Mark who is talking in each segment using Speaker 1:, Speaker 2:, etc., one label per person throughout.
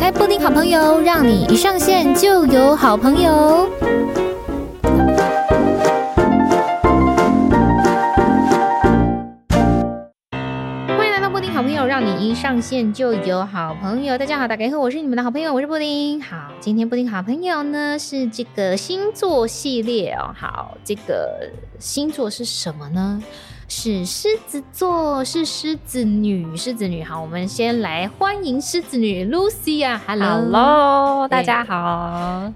Speaker 1: 开布丁好朋友，让你一上线就有好朋友。欢迎来到布丁好朋友，让你一上线就有好朋友。大家好，打开后我是你们的好朋友，我是布丁。好，今天布丁好朋友呢是这个星座系列哦。好，这个星座是什么呢？是狮子座，是狮子女，狮子女。好，我们先来欢迎狮子女 Lucy 啊，Hello，Lucy
Speaker 2: Hello，
Speaker 1: 对
Speaker 2: 大家好，
Speaker 1: 啊，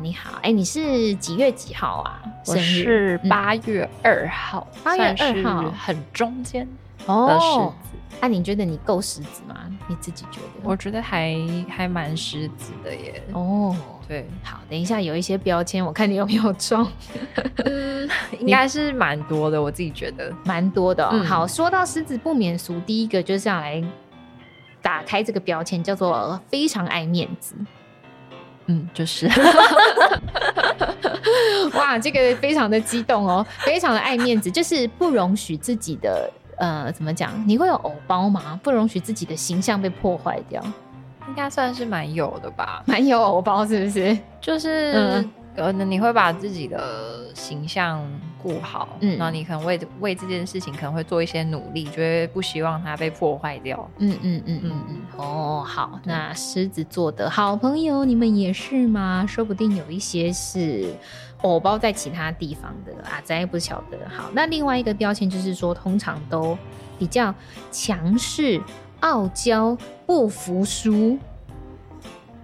Speaker 1: 你好。哎，你是几月几号啊？
Speaker 2: 我
Speaker 1: 生日
Speaker 2: 是八月二号，
Speaker 1: 8月
Speaker 2: 算
Speaker 1: 2
Speaker 2: 是
Speaker 1: 号
Speaker 2: 很中间的狮
Speaker 1: 哦。
Speaker 2: 子，
Speaker 1: 那、你觉得你够狮子吗？你自己觉得？
Speaker 2: 我觉得还还蛮狮子的耶。
Speaker 1: 哦，
Speaker 2: 对，
Speaker 1: 好，等一下有一些标签，我看你有没有 中，
Speaker 2: 嗯应该是蛮多的，我自己觉得。
Speaker 1: 蛮多的哦、
Speaker 2: 嗯
Speaker 1: 好，说到狮子不免俗，第一个就是要来打开这个标签，叫做非常爱面子。
Speaker 2: 嗯，就是，
Speaker 1: 哇，这个非常的激动哦，非常的爱面子，就是不容许自己的呃，怎么讲？你会有偶包吗？不容许自己的形象被破坏掉，
Speaker 2: 应该算是蛮有的吧。
Speaker 1: 蛮有偶包是不是？
Speaker 2: 就是、
Speaker 1: 嗯
Speaker 2: 可能你会把自己的形象顾好，
Speaker 1: 嗯
Speaker 2: 然后你可能为为这件事情可能会做一些努力，就会不希望它被破坏掉。
Speaker 1: 嗯嗯嗯嗯嗯，哦，好，那狮子座的好朋友，你们也是吗？说不定有一些是偶包在其他地方的啊，咱也不晓得。好，那另外一个标签就是说，通常都比较强势、傲娇、不服输。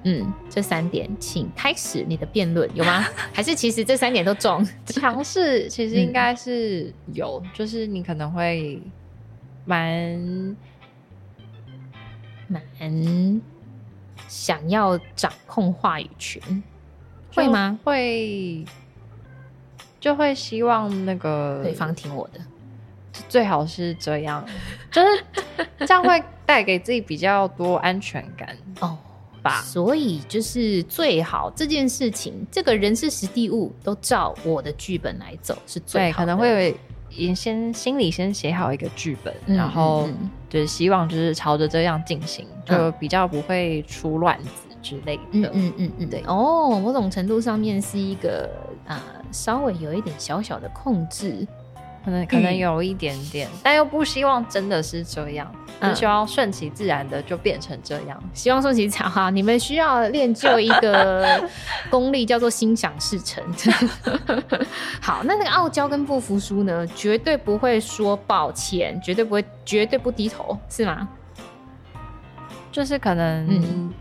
Speaker 1: 嗯，这三点，请开始你的辩论，有吗？ 还是其实这三点都中？
Speaker 2: 强势其实
Speaker 1: 嗯
Speaker 2: 应该是有，就是你可能会蛮
Speaker 1: 蛮想要掌控话语权，会
Speaker 2: 就
Speaker 1: 吗？
Speaker 2: 会就会希望那个
Speaker 1: 对方听我的。
Speaker 2: 最好是这样，就是这样会带给自己比较多安全感
Speaker 1: 哦
Speaker 2: 吧。
Speaker 1: 所以就是最好这件事情，这个人事实地物都照我的剧本来走是最
Speaker 2: 对，
Speaker 1: 好的。
Speaker 2: 可能会也先心里先写好一个剧本，
Speaker 1: 嗯，
Speaker 2: 然后
Speaker 1: 嗯嗯
Speaker 2: 就是希望就是朝着这样进行，
Speaker 1: 嗯
Speaker 2: 就比较不会出乱子之类
Speaker 1: 嗯
Speaker 2: 的。
Speaker 1: 嗯嗯嗯，对哦，某种程度上面是一个呃，稍微有一点小小的控制，
Speaker 2: 可能可能
Speaker 1: 嗯
Speaker 2: 有一点点，但又不希望真的是这样，
Speaker 1: 嗯
Speaker 2: 就希望顺其自然的就变成这样。
Speaker 1: 希望说其实哈，你们需要练就一 个功力，叫做心想事成。 好，那那个傲娇跟不服输呢，绝对不会说抱歉，绝对不会，绝对不低头，是吗？
Speaker 2: 就是可能、
Speaker 1: 嗯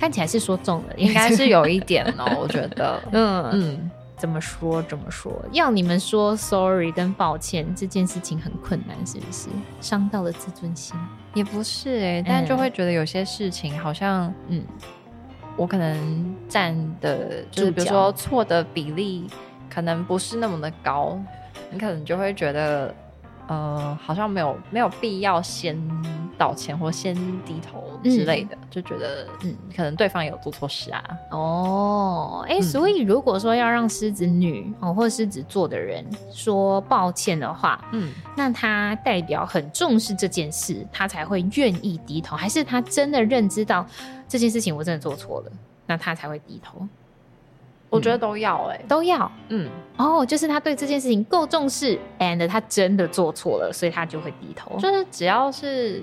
Speaker 1: 看起来是说中了，
Speaker 2: 应该 是有一点哦，我觉得，
Speaker 1: 嗯
Speaker 2: 嗯，
Speaker 1: 怎么说怎么说，要你们说 sorry 跟抱歉这件事情很困难，是不是？伤到了自尊心。
Speaker 2: 也不是哎、但就会觉得有些事情好像
Speaker 1: 嗯，
Speaker 2: 我可能占的，就是
Speaker 1: 注
Speaker 2: 比如
Speaker 1: 脚
Speaker 2: 说错的比例可能不是那么的高，你可能就会觉得，呃，好像没有没有必要先道歉或先低头之类的，就觉得，
Speaker 1: 嗯
Speaker 2: 嗯，可能对方有做错事啊，
Speaker 1: 哦，哎、
Speaker 2: 嗯
Speaker 1: 所以如果说要让狮子女哦或狮子座的人说抱歉的话，
Speaker 2: 嗯，
Speaker 1: 那他代表很重视这件事，他才会愿意低头，还是他真的认知到这件事情我真的做错了，那他才会低头，
Speaker 2: 我觉得都要哎、
Speaker 1: 都要。
Speaker 2: 嗯，
Speaker 1: 哦，就是他对这件事情够重视，and 他真的做错了，所以他就会低头。
Speaker 2: 就是只要是，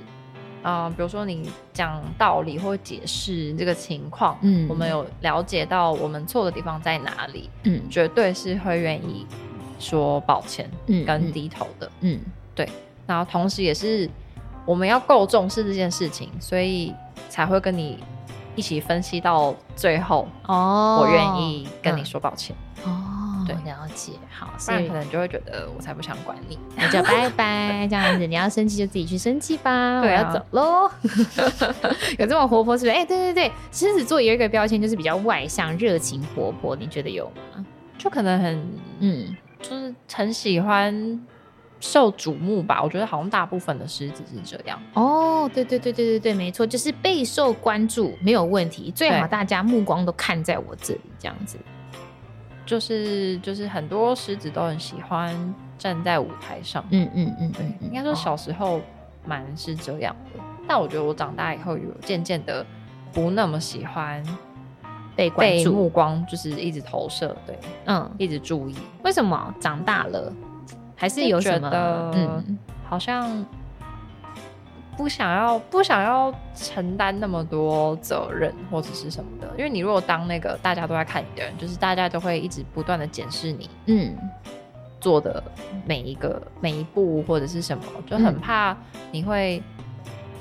Speaker 2: 呃，比如说你讲道理或解释这个情况，
Speaker 1: 嗯
Speaker 2: 我们有了解到我们错的地方在哪里，
Speaker 1: 嗯
Speaker 2: 绝对是会愿意说抱歉
Speaker 1: 嗯
Speaker 2: 跟低头的。
Speaker 1: 嗯
Speaker 2: 然后同时也是我们要够重视这件事情，所以才会跟你一起分析到最后，
Speaker 1: 哦，
Speaker 2: 我愿意跟你说抱歉，
Speaker 1: 哦，
Speaker 2: 对
Speaker 1: 了解，好，
Speaker 2: 不
Speaker 1: 所
Speaker 2: 然
Speaker 1: 以
Speaker 2: 可能就会觉得我才不想管你。
Speaker 1: 那就拜拜这样子，你要生气就自己去生气吧，我
Speaker 2: 对啊
Speaker 1: 要走喽。 有这么活泼是不是？哎、对对对，狮子座有一个标签就是比较外向、热情、活泼，你觉得有吗？
Speaker 2: 就可能很
Speaker 1: 嗯，
Speaker 2: 就是很喜欢受瞩目吧。我觉得好像大部分的狮子是这样。
Speaker 1: 哦，对对对对对对，没错，就是备受关注没有问题，最好
Speaker 2: 对
Speaker 1: 大家目光都看在我这里，这样子。
Speaker 2: 就是就是很多狮子都很喜欢站在舞台上，
Speaker 1: 嗯嗯嗯，
Speaker 2: 对
Speaker 1: 嗯，嗯
Speaker 2: 应该说
Speaker 1: 哦
Speaker 2: 小时候蛮是这样的，但我觉得我长大以后有渐渐的不那么喜欢
Speaker 1: 被关
Speaker 2: 被
Speaker 1: 注，
Speaker 2: 目光就是一直投射，对，
Speaker 1: 嗯，
Speaker 2: 一直注意，
Speaker 1: 为什么长大了还是
Speaker 2: 就
Speaker 1: 有
Speaker 2: 觉
Speaker 1: 什么？
Speaker 2: 得
Speaker 1: 嗯，
Speaker 2: 好像不想要不想要承担那么多责任或者是什么的，因为你如果当那个大家都在看你的人，就是大家都会一直不断的检视你
Speaker 1: 嗯，
Speaker 2: 做的每一个每一步或者是什么，就很
Speaker 1: 嗯
Speaker 2: 怕你会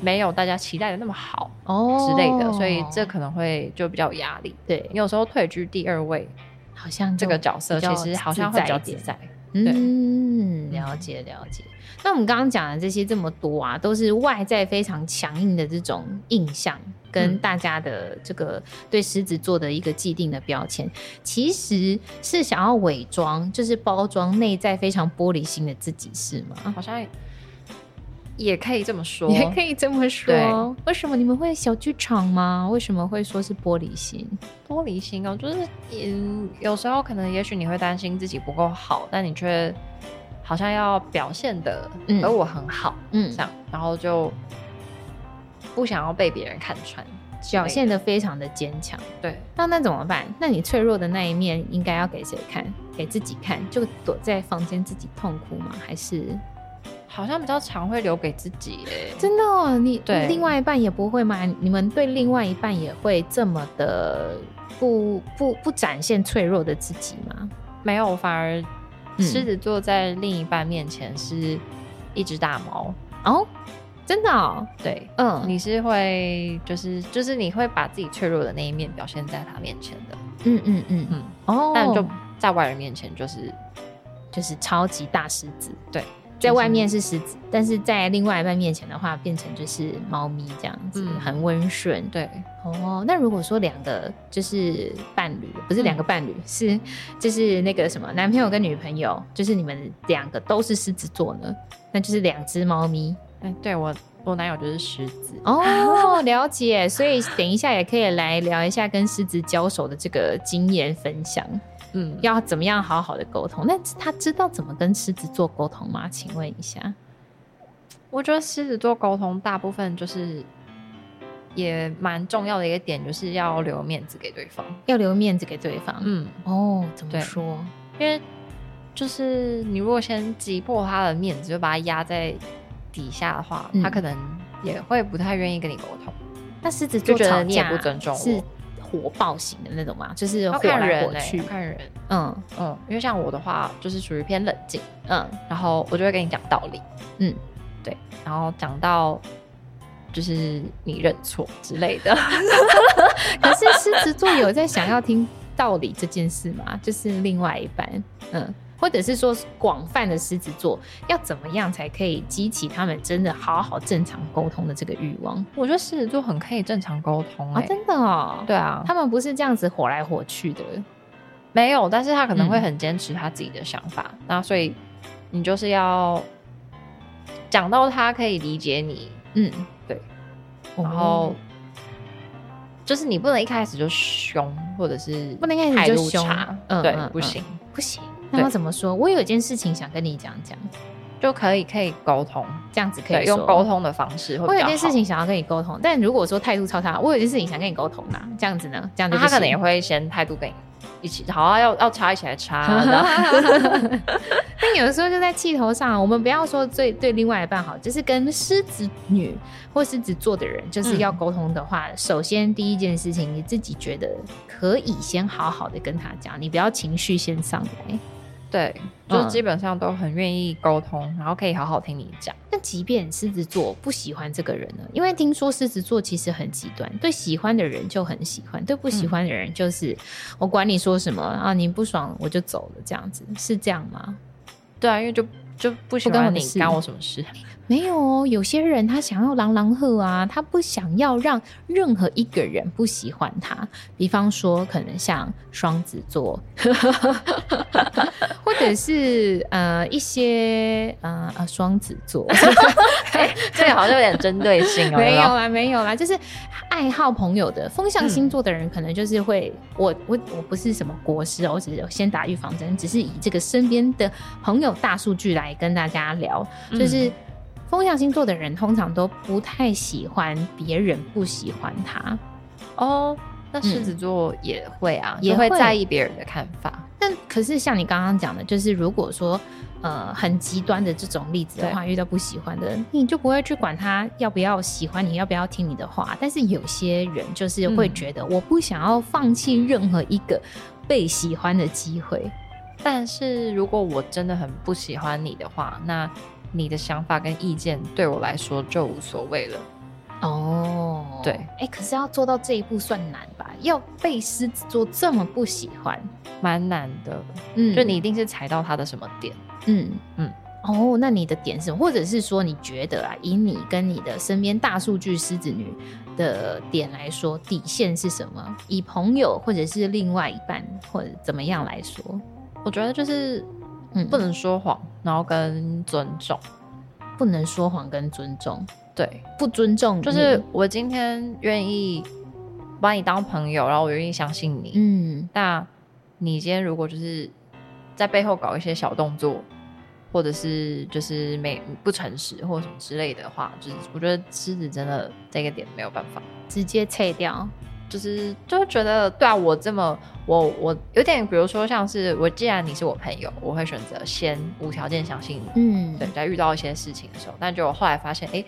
Speaker 2: 没有大家期待的那么好
Speaker 1: 哦
Speaker 2: 之类的，所以这可能会就比较有压力。
Speaker 1: 对
Speaker 2: 你有时候退居第二位
Speaker 1: 好像
Speaker 2: 这
Speaker 1: 就
Speaker 2: 个角色，
Speaker 1: 比较
Speaker 2: 其实好像会比较自
Speaker 1: 自在
Speaker 2: 在
Speaker 1: 一。嗯，了解了解。那我们刚刚讲的这些这么多啊，都是外在非常强硬的这种印象，跟
Speaker 2: 嗯
Speaker 1: 大家的这个对狮子座的一个既定的标签，其实是想要伪装，就是包装内在非常玻璃心的自己，是吗？
Speaker 2: 好像也可以这么说，
Speaker 1: 也可以这么说
Speaker 2: 对。
Speaker 1: 为什么你们会有小剧场吗？为什么会说是玻璃心？
Speaker 2: 玻璃心哦，就是嗯，有时候可能也许你会担心自己不够好，但你却好像要表现的，
Speaker 1: 嗯
Speaker 2: 而我很好
Speaker 1: 嗯
Speaker 2: 这，样，然后就不想要被别人看穿之类的，
Speaker 1: 表现的非常的坚强。
Speaker 2: 对，
Speaker 1: 那那怎么办？那你脆弱的那一面应该要给谁看？给自己看，就躲在房间自己痛哭吗？还是
Speaker 2: 好像比较常会留给自己耶，
Speaker 1: 真的、哦、你
Speaker 2: 对
Speaker 1: 另外一半也不会吗？你们对另外一半也会这么的不不不展现脆弱的自己吗？
Speaker 2: 没有，反而
Speaker 1: 嗯
Speaker 2: 狮子座在另一半面前是一只大猫，
Speaker 1: 哦，真的哦，
Speaker 2: 对。
Speaker 1: 嗯
Speaker 2: 你是会就是就是你会把自己脆弱的那一面表现在他面前的，
Speaker 1: 嗯嗯嗯嗯
Speaker 2: 嗯，
Speaker 1: 哦，
Speaker 2: 但就在外人面前就是
Speaker 1: 就是超级大狮子，
Speaker 2: 对，
Speaker 1: 在外面是狮子，但是在另外一半面前的话，变成就是猫咪这样子，
Speaker 2: 嗯
Speaker 1: 很温顺，
Speaker 2: 对，
Speaker 1: 哦，那如果说两个就是伴侣，不是两个伴侣，是就是那个什么男朋友跟女朋友，就是你们两个都是狮子座呢，那就是两只猫咪。
Speaker 2: 哎，对我我男友就是狮子，
Speaker 1: 哦，了解。所以等一下也可以来聊一下跟狮子交手的这个经验分享，
Speaker 2: 嗯，
Speaker 1: 要怎么样好好的沟通。那他知道怎么跟狮子座沟通吗？请问一下。
Speaker 2: 我觉得狮子座沟通大部分就是也蛮重要的一个点，就是要留面子给对方，啊
Speaker 1: 要留面子给对方。
Speaker 2: 嗯，
Speaker 1: 哦，怎么
Speaker 2: 对
Speaker 1: 说？
Speaker 2: 因为就是你如果先击破他的面子，就把他压在底下的话，
Speaker 1: 嗯
Speaker 2: 他可能也会不太愿意跟你沟通，
Speaker 1: 那狮子座
Speaker 2: 就觉得
Speaker 1: 吵
Speaker 2: 你也
Speaker 1: 架
Speaker 2: 不尊重我
Speaker 1: 是火爆型的那种嘛，就是
Speaker 2: 要
Speaker 1: 火
Speaker 2: 看
Speaker 1: 来
Speaker 2: 人
Speaker 1: 火
Speaker 2: 欸
Speaker 1: 去
Speaker 2: 要。看人，
Speaker 1: 嗯
Speaker 2: 嗯，因为像我的话就是属于偏冷静，
Speaker 1: 嗯
Speaker 2: 然后我就会跟你讲道理，
Speaker 1: 嗯，
Speaker 2: 对，然后讲到就是你认错之类的，
Speaker 1: 可是狮子座有在想要听道理这件事吗？ 就是另外一半，嗯，或者是说广泛的狮子座要怎么样才可以激起他们真的好好正常沟通的这个欲望
Speaker 2: 我觉得狮子座很可以正常沟通、
Speaker 1: 啊？
Speaker 2: 欸，
Speaker 1: 真的哦，，
Speaker 2: 对啊，
Speaker 1: 他们不是这样子火来火去的，
Speaker 2: 没有，但是他可能会
Speaker 1: 嗯
Speaker 2: 很坚持他自己的想法，那所以你就是要讲到他可以理解你，
Speaker 1: 嗯，
Speaker 2: 对，
Speaker 1: 然
Speaker 2: 然后、
Speaker 1: 哦
Speaker 2: 就是你不能一开始就凶，或者是
Speaker 1: 不能一开始就
Speaker 2: 态度
Speaker 1: 凶
Speaker 2: 差
Speaker 1: 嗯
Speaker 2: 对，
Speaker 1: 嗯
Speaker 2: 不行，
Speaker 1: 不行，那要
Speaker 2: 对
Speaker 1: 怎么说？我有一件事情想跟你讲讲，
Speaker 2: 就可以可以沟通，
Speaker 1: 这样子可
Speaker 2: 对，
Speaker 1: 以说
Speaker 2: 用沟。通的方式会
Speaker 1: 我
Speaker 2: 比
Speaker 1: 有
Speaker 2: 较
Speaker 1: 件事
Speaker 2: 好
Speaker 1: 情想要跟你沟通，但如果说态度超差，我有件事情想跟你沟通啦，这样子呢，这样
Speaker 2: 那
Speaker 1: 子
Speaker 2: 他可能也会先态度跟你一起，好啊，要要插一起来插啊，然后
Speaker 1: 但有的时候就在气头上，我们不要说对对另外一半好，就是跟狮子女或狮子座的人，
Speaker 2: 嗯
Speaker 1: 就是要沟通的话，首先第一件事情，你自己觉得可以先好好的跟他讲，你不要情绪先上来。
Speaker 2: 对，
Speaker 1: 嗯
Speaker 2: 就基本上都很愿意沟通，然后可以好好听你讲。
Speaker 1: 那即便狮子座不喜欢这个人呢，因为听说狮子座其实很极端，对喜欢的人就很喜欢，对不喜欢的人就是、我管你说什么啊，你不爽我就走了，这样子是这样吗？
Speaker 2: 对啊，因为就就不喜
Speaker 1: 不干我
Speaker 2: 欢
Speaker 1: 的
Speaker 2: 你
Speaker 1: 事
Speaker 2: 干我什么 事。
Speaker 1: 没有哦，有些人他想要朗朗赫啊，他不想要让任何一个人不喜欢他。比方说，可能像双子座， 或者是呃一些呃呃双子座，
Speaker 2: 这个好像有点针对性 哦。
Speaker 1: 没有
Speaker 2: 有
Speaker 1: 啦，没有啦，就是爱好朋友的风象星座的人，可能就是会，我我我不是什么国师哦，我只是先打预防针，只是以这个身边的朋友大数据来跟大家聊，
Speaker 2: 嗯
Speaker 1: 就是。风象星座的人通常都不太喜欢别人不喜欢他，
Speaker 2: 哦，那狮子座也会啊，
Speaker 1: 也
Speaker 2: 也会
Speaker 1: 会
Speaker 2: 在意别人的看法。
Speaker 1: 但可是像你刚刚讲的，就是如果说呃很极端的这种例子的话，遇到不喜欢的人，你就不会去管他要不要喜欢你，要不要听你的话。但是有些人就是会
Speaker 2: 嗯
Speaker 1: 觉得，我不想要放弃任何一个被喜欢的机会。
Speaker 2: 但是如果我真的很不喜欢你的话，那你的想法跟意见对我来说就无所谓了。
Speaker 1: 哦，
Speaker 2: 对
Speaker 1: 哎、可是要做到这一步算难吧？要被狮子座这么不喜欢，
Speaker 2: 蛮难的，
Speaker 1: 嗯
Speaker 2: 就你一定是踩到他的什么点？
Speaker 1: 嗯嗯
Speaker 2: 嗯，
Speaker 1: 哦，那你的点是什么，或者是说你觉得啊，以你跟你的身边大数据狮子女的点来说，底线是什么？以朋友或者是另外一半或者怎么样来说，
Speaker 2: 我觉得就是
Speaker 1: 嗯，
Speaker 2: 不
Speaker 1: 不能
Speaker 2: 能说谎，然后跟尊重。
Speaker 1: 不能说谎跟尊重，
Speaker 2: 对，
Speaker 1: 不尊重
Speaker 2: 就是我今天愿意把你当朋友，然后我愿意相信你。
Speaker 1: 你嗯
Speaker 2: 那你今天如果就是在背后搞一些小动作，或者是就是没不诚实或什么之类的话，就是我觉得狮子真的这个点没有办法，
Speaker 1: 直接撤掉，
Speaker 2: 就是就会觉得对啊，我这么我我有点，比如说像是我既然你是我朋友，我会选择先无条件相信你。
Speaker 1: 嗯
Speaker 2: 对，在遇到一些事情的时候，但就后来发现，哎、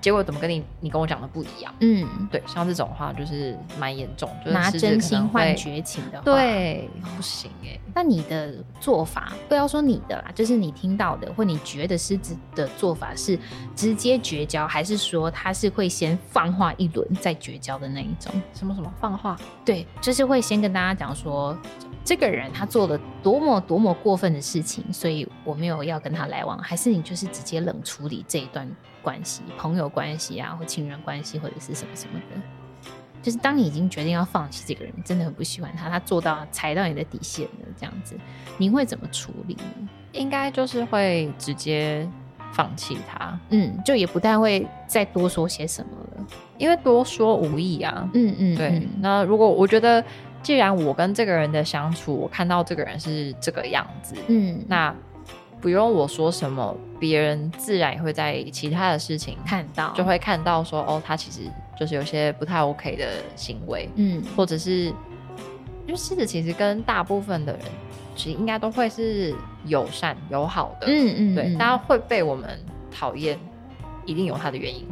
Speaker 2: 结果怎么跟你你跟我讲的不一样？
Speaker 1: 嗯，
Speaker 2: 对，像这种话就是蛮严重，就是
Speaker 1: 拿
Speaker 2: 狮子
Speaker 1: 真
Speaker 2: 可能
Speaker 1: 心
Speaker 2: 会
Speaker 1: 换绝情的话，。
Speaker 2: 对，不行哎、
Speaker 1: 那你的做法，不要说你的啦，就是你听到的或你觉得狮子的做法是直接绝交，还是说他是会先放话一轮再绝交的那一种？
Speaker 2: 什么什么放话，
Speaker 1: 对，就是会先跟大家讲说，这个人他做了多么多么过分的事情，所以我没有要跟他来往，还是你就是直接冷处理这一段关系，朋友关系啊，或情人关系，或者是什么什么的。就是当你已经决定要放弃这个人，你真的很不喜欢他，他做到踩到你的底线了，这样子，你会怎么处理呢？
Speaker 2: 应该就是会直接放弃他，
Speaker 1: 嗯，就也不太会再多说些什么了。
Speaker 2: 因为多说无益啊。
Speaker 1: 嗯嗯，
Speaker 2: 对，
Speaker 1: 嗯
Speaker 2: 那如果我觉得，既然我跟这个人的相处，我看到这个人是这个样子，
Speaker 1: 嗯，
Speaker 2: 那不用我说什么，别人自然也会在其他的事情
Speaker 1: 看到
Speaker 2: 就，会看到说，哦，他其实就是有些不太 OK 的行为，
Speaker 1: 嗯
Speaker 2: 或者是因为狮子其实跟大部分的人其实应该都会是友善友好的，
Speaker 1: 嗯嗯，
Speaker 2: 对，
Speaker 1: 嗯
Speaker 2: 大家会被我们讨厌，一定有它的原因。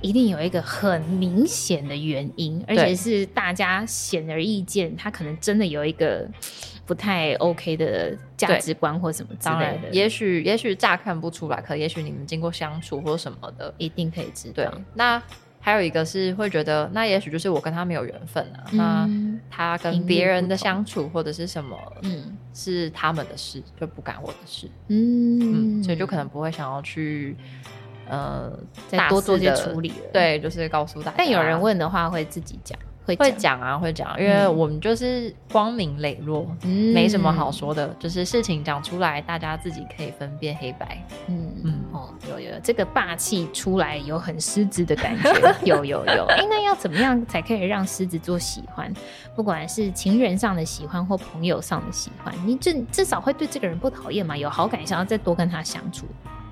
Speaker 1: 一定有一个很明显的原因，而且是大家显而易见，他可能真的有一个不太 OK 的价值观或什么之
Speaker 2: 当然
Speaker 1: 类，的，
Speaker 2: 也许也许乍看不出来，可也许你们经过相处或什么的，
Speaker 1: 一定可以知
Speaker 2: 对啊
Speaker 1: 道。。
Speaker 2: 那还有一个是会觉得，那也许就是我跟他没有缘分啊，那
Speaker 1: 嗯
Speaker 2: 他
Speaker 1: 频率
Speaker 2: 跟别人
Speaker 1: 不
Speaker 2: 的
Speaker 1: 同
Speaker 2: 相处或者是什么，
Speaker 1: 嗯
Speaker 2: 是他们的事，就不干我的事。
Speaker 1: 嗯
Speaker 2: 嗯，所以就可能不会想要去呃
Speaker 1: 再多做些
Speaker 2: 大肆地
Speaker 1: 处理了。，
Speaker 2: 对，就是告诉大家。
Speaker 1: 但有人问的话会嗯自己讲，会
Speaker 2: 会，讲啊，会讲，因为我们就是光明磊落，
Speaker 1: 嗯
Speaker 2: 没什么好。说的，就是事情讲出来，大家自己可以分辨黑白。
Speaker 1: 嗯嗯
Speaker 2: 嗯。
Speaker 1: 哦，有有有，这个霸气出来有很狮子的感觉，有有有。哎、那要怎么样才可以让狮子座喜欢？不管是情人上的喜欢或朋友上的喜欢，你至至少会对这个人不讨厌嘛，有好感，想要再多跟他相处。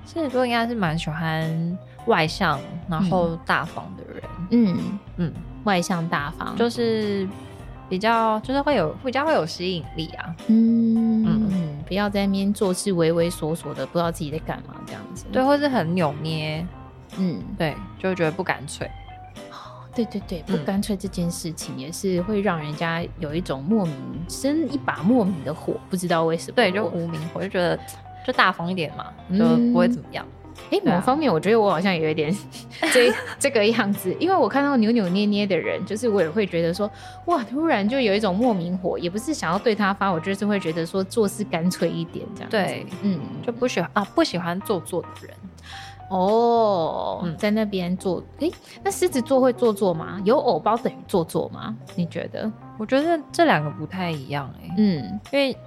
Speaker 2: 狮子座应该是蛮喜欢外向，然后大方的人，
Speaker 1: 嗯，
Speaker 2: 嗯，
Speaker 1: 外向大方，
Speaker 2: 就是比较就是会有比较会有吸引力啊。
Speaker 1: 嗯嗯，不要在那边做事畏畏缩缩的，不知道自己在干嘛这样子。
Speaker 2: 对，，哦或是很扭捏，
Speaker 1: 嗯，
Speaker 2: 对，就会觉得不干脆。
Speaker 1: 对对对，不
Speaker 2: 嗯
Speaker 1: 干脆这件事情也是会让人家有一种莫名生一把莫名的火，不知道为什么。
Speaker 2: 对，就
Speaker 1: 我
Speaker 2: 无名火，就觉得就大方一点嘛，
Speaker 1: 嗯
Speaker 2: 就不会怎么样。
Speaker 1: 哎、
Speaker 2: 对
Speaker 1: 某
Speaker 2: 啊
Speaker 1: 方面我觉得我好像有一点 这这个样子，因为我看到扭扭捏捏的人，就是我也会觉得说，哇，突然就有一种莫名火，也不是想要对他发，我就是会觉得说做事干脆一点这样子。
Speaker 2: 对，
Speaker 1: 嗯，
Speaker 2: 就不喜欢啊，不喜欢做作的人。
Speaker 1: 哦，
Speaker 2: 嗯
Speaker 1: 在那边做，哎、那狮子座会做作吗？有偶包等于做作吗？你觉得？
Speaker 2: 我觉得这两个不太一样哎、
Speaker 1: 嗯
Speaker 2: 因为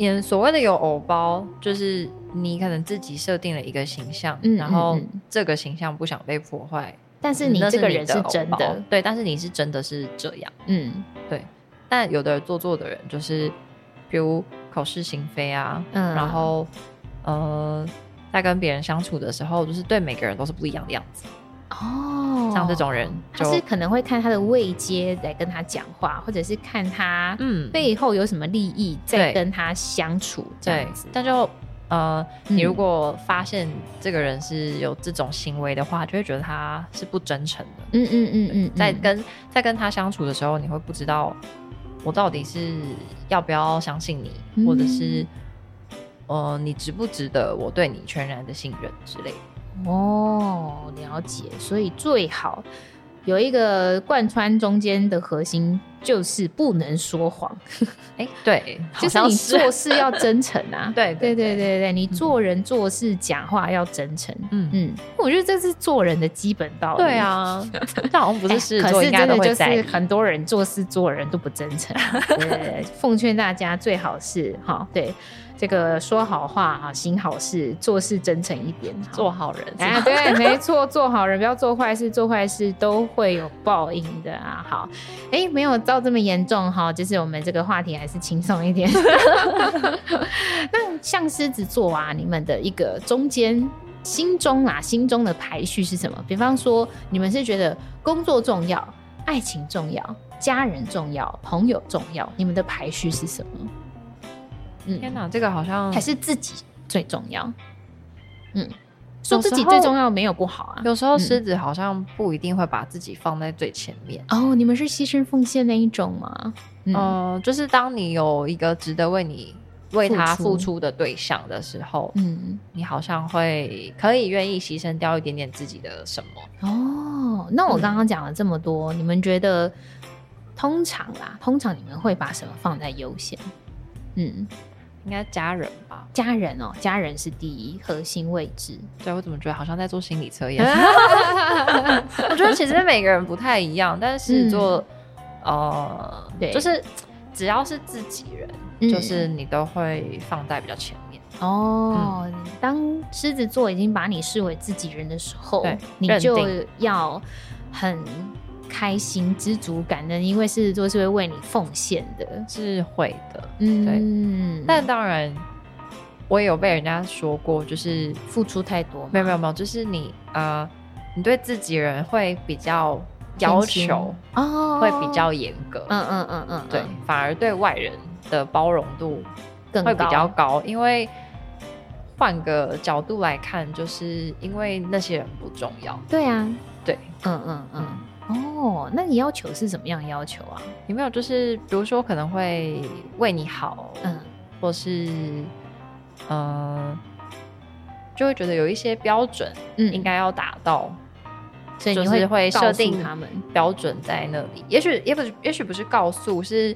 Speaker 2: 嗯，所谓的有偶包，就是你可能自己设定了一个形象，
Speaker 1: 嗯
Speaker 2: 然后
Speaker 1: 嗯嗯
Speaker 2: 这个形象不想被破坏，
Speaker 1: 但是你
Speaker 2: 那
Speaker 1: 这个
Speaker 2: 你
Speaker 1: 人是
Speaker 2: 偶
Speaker 1: 真
Speaker 2: 包
Speaker 1: 的，
Speaker 2: 对，但是你是真的是这样。
Speaker 1: 嗯
Speaker 2: 但有的做作的人，就是比如口是心非啊，
Speaker 1: 嗯
Speaker 2: 然后呃，在跟别人相处的时候，就是对每个人都是不一样的样子。
Speaker 1: 哦，
Speaker 2: 像这种人
Speaker 1: 他
Speaker 2: 就是
Speaker 1: 可能会看他的位阶来跟他讲话，或者是看他
Speaker 2: 嗯
Speaker 1: 背后有什么利益在
Speaker 2: 对
Speaker 1: 跟他相处这
Speaker 2: 对
Speaker 1: 样子，。
Speaker 2: 但就呃，你
Speaker 1: 嗯
Speaker 2: 如果发现这个人是有这种行为的话，就会觉得他是不真诚的。
Speaker 1: 嗯嗯嗯嗯，
Speaker 2: 在
Speaker 1: 嗯
Speaker 2: 跟在跟他相处的时候，你会不知道我到底是要不要相信你，
Speaker 1: 嗯
Speaker 2: 或者是呃，你值不值得我对你全然的信任之类的。
Speaker 1: 哦，了解。所以最好有一个贯穿中间的核心，就是不能说谎，
Speaker 2: 哎、对，
Speaker 1: 就
Speaker 2: 好
Speaker 1: 是
Speaker 2: 像
Speaker 1: 你
Speaker 2: 是
Speaker 1: 做事要真诚啊。
Speaker 2: 对
Speaker 1: 对对
Speaker 2: 对对
Speaker 1: 对对，你做人做事讲话要真诚。
Speaker 2: 嗯嗯，
Speaker 1: 嗯，我觉得这是做人的基本道理。
Speaker 2: 对，啊，但好像不
Speaker 1: 哎
Speaker 2: 是狮子
Speaker 1: 可
Speaker 2: 座
Speaker 1: 是
Speaker 2: 应该
Speaker 1: 真
Speaker 2: 都
Speaker 1: 的就
Speaker 2: 会在
Speaker 1: 是
Speaker 2: 意。
Speaker 1: 很多人做事做人都不真 诚。对，奉劝大家最好是哈，对这个说好话哈，行好事，做事真诚一点，好
Speaker 2: 做好人，
Speaker 1: 啊，对，没错，做好人不要做坏事，做坏事都会有报应的啊。好，哎，没有到这么严重哈，就是我们这个话题还是轻松一点。 那像狮子座啊，你们的一个中间心中啦，心中的排序是什么？比方说，你们是觉得工作重要、爱情重要、家人重要、朋友重要，你们的排序是什么？嗯
Speaker 2: 天哪，这个好像
Speaker 1: 还是自己最重要。嗯，说
Speaker 2: 有
Speaker 1: 自
Speaker 2: 时
Speaker 1: 己
Speaker 2: 候
Speaker 1: 最重要没有不好啊。
Speaker 2: 有时候
Speaker 1: 嗯
Speaker 2: 狮子好像不一定会把自己放在最前面。
Speaker 1: 哦，你们是牺牲奉献那一种吗？嗯，
Speaker 2: 嗯、就是当你有一个值得为你为
Speaker 1: 付
Speaker 2: 他
Speaker 1: 出
Speaker 2: 付出的对象的时候，
Speaker 1: 嗯，
Speaker 2: 你好像会可以愿意牺牲掉一点点自己的什么？
Speaker 1: 哦，那我刚刚讲了这么多，你们觉得通常啦，通常你们会把什么放在优先？嗯，
Speaker 2: 应该家人吧？
Speaker 1: 家人哦，家人是第一核心位置。
Speaker 2: 对，我怎么觉得好像在做心理 测验？我觉得其实每个人不太一样，但是狮子座，呃，
Speaker 1: 嗯对
Speaker 2: 就是只要是自己人，
Speaker 1: 嗯
Speaker 2: 就是你都会放在比较前面。
Speaker 1: 哦，当狮子座已经把你视为自己人的时候
Speaker 2: 对，
Speaker 1: 你
Speaker 2: 认
Speaker 1: 就
Speaker 2: 定
Speaker 1: 要很开心、知足、感恩，因为狮子座是会为你奉献的。
Speaker 2: 是会的，
Speaker 1: 嗯，
Speaker 2: 但当然，我也有被人家说过，就是
Speaker 1: 付出太多吗，
Speaker 2: 没有没有没有，就是你呃，你对自己人会比较
Speaker 1: 偏
Speaker 2: 要
Speaker 1: 心
Speaker 2: 求，
Speaker 1: 哦，
Speaker 2: 会比较严格，
Speaker 1: 嗯嗯嗯嗯，
Speaker 2: 对
Speaker 1: 嗯，
Speaker 2: 反而对外人的包容度
Speaker 1: 更
Speaker 2: 会比
Speaker 1: 高
Speaker 2: 较高，因为换个角度来看，就是因为那些人不重要，
Speaker 1: 对啊，
Speaker 2: 对，
Speaker 1: 嗯嗯嗯，哦，那你要求是什么样的要求啊？
Speaker 2: 有没有？就是比如说可能会为你好，
Speaker 1: 嗯，
Speaker 2: 或是呃，就会觉得有一些标准
Speaker 1: 嗯
Speaker 2: 应，该要达到。
Speaker 1: 所以你
Speaker 2: 就是会
Speaker 1: 告
Speaker 2: 设
Speaker 1: 诉
Speaker 2: 定
Speaker 1: 他们，
Speaker 2: 标准在那里，也许也不是，也许不是告诉，是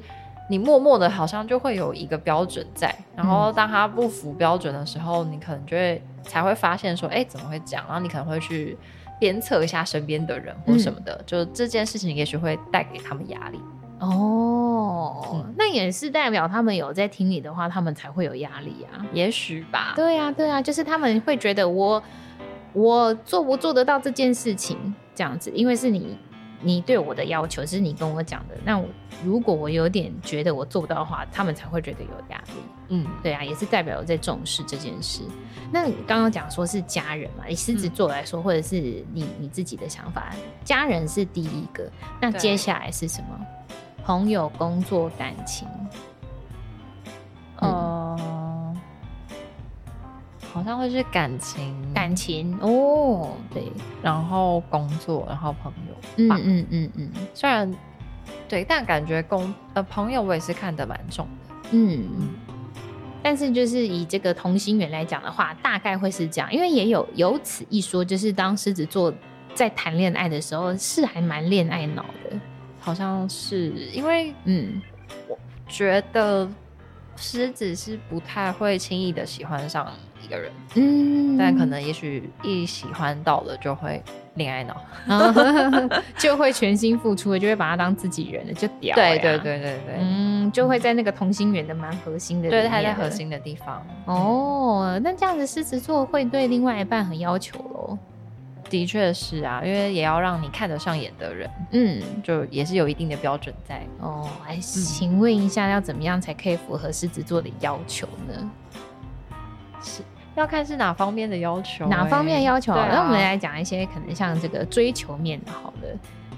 Speaker 2: 你默默的，好像就会有一个标准在，然
Speaker 1: 嗯
Speaker 2: 后当他不符标准的时候，你可能就会才会发现说，哎、怎么会这样？然后你可能会去鞭策一下身边的人或
Speaker 1: 嗯
Speaker 2: 什么的，就这件事情也许会带给他们压力。
Speaker 1: 哦
Speaker 2: 嗯，
Speaker 1: 那也是代表他们有在听你的话，他们才会有压力啊。
Speaker 2: 也许吧，
Speaker 1: 对呀、对呀、啊就是他们会觉得我我做不做得到这件事情这样子，因为是你你对我的要求是你跟我讲的，那我如果我有点觉得我做不到的话，他们才会觉得有压力。
Speaker 2: 嗯，
Speaker 1: 对啊，也是代表我在重视这件事。那你刚刚讲说是家人嘛，以狮
Speaker 2: 嗯
Speaker 1: 子座来说，或者是你你自己的想法，家人是第一个，那
Speaker 2: 对
Speaker 1: 接下来是什么？朋友、工作、感情，嗯
Speaker 2: 呃，好像会是感情，
Speaker 1: 感情哦，对，
Speaker 2: 然后工作，然后朋友
Speaker 1: 嗯
Speaker 2: 吧。
Speaker 1: 嗯嗯嗯
Speaker 2: 虽然对，但感觉工呃朋友我也是看得蛮重的。
Speaker 1: 嗯。但是就是以这个同心圆来讲的话，大概会是这样，因为也有有此一说，就是当狮子座在谈恋爱的时候，是还蛮恋爱脑的，
Speaker 2: 好像是因为
Speaker 1: 嗯，
Speaker 2: 觉得狮子是不太会轻易的喜欢上一个人，
Speaker 1: 嗯，
Speaker 2: 但可能也许一喜欢到了就会恋爱脑。
Speaker 1: 啊 就会全心付出，就会把他当自己人了，就屌、欸
Speaker 2: 对
Speaker 1: 啊。
Speaker 2: 对对对对，
Speaker 1: 嗯，就会在那个同心圆的蛮核心的，
Speaker 2: 对，他在核。心的地方。
Speaker 1: 哦，那这样子狮子座会对另外一半很要求喽。
Speaker 2: 的确是啊，因为也要让你看得上眼的人，
Speaker 1: 嗯，
Speaker 2: 就也是有一定的标准在。
Speaker 1: 哦，哎，请问一下，要怎么样才可以符合狮子座的要求呢？
Speaker 2: 要看是哪方面的要求、欸
Speaker 1: 哪
Speaker 2: 啊
Speaker 1: 方面的要求好？那、
Speaker 2: 那
Speaker 1: 我们来讲一些可能像这个追求面的，好了，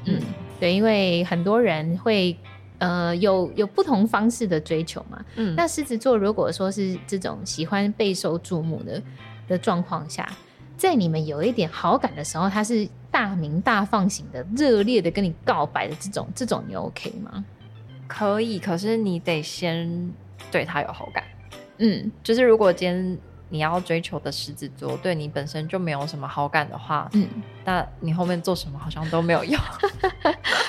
Speaker 1: 嗯
Speaker 2: 嗯，
Speaker 1: 对，因为很多人会呃有有不同方式的追求嘛。
Speaker 2: 嗯，
Speaker 1: 那狮子座如果说是这种喜欢备受注目的的状况下，在你们有一点好感的时候，他是大鸣大放型的、热烈的跟你告白的这种，这种你 OK 吗？
Speaker 2: 可以，可是你得先对他有好感。
Speaker 1: 嗯
Speaker 2: 就是如果今天你要追求的狮子座对你本身就没有什么好感的话，
Speaker 1: 嗯，
Speaker 2: 那你后面做什么好像都没有用。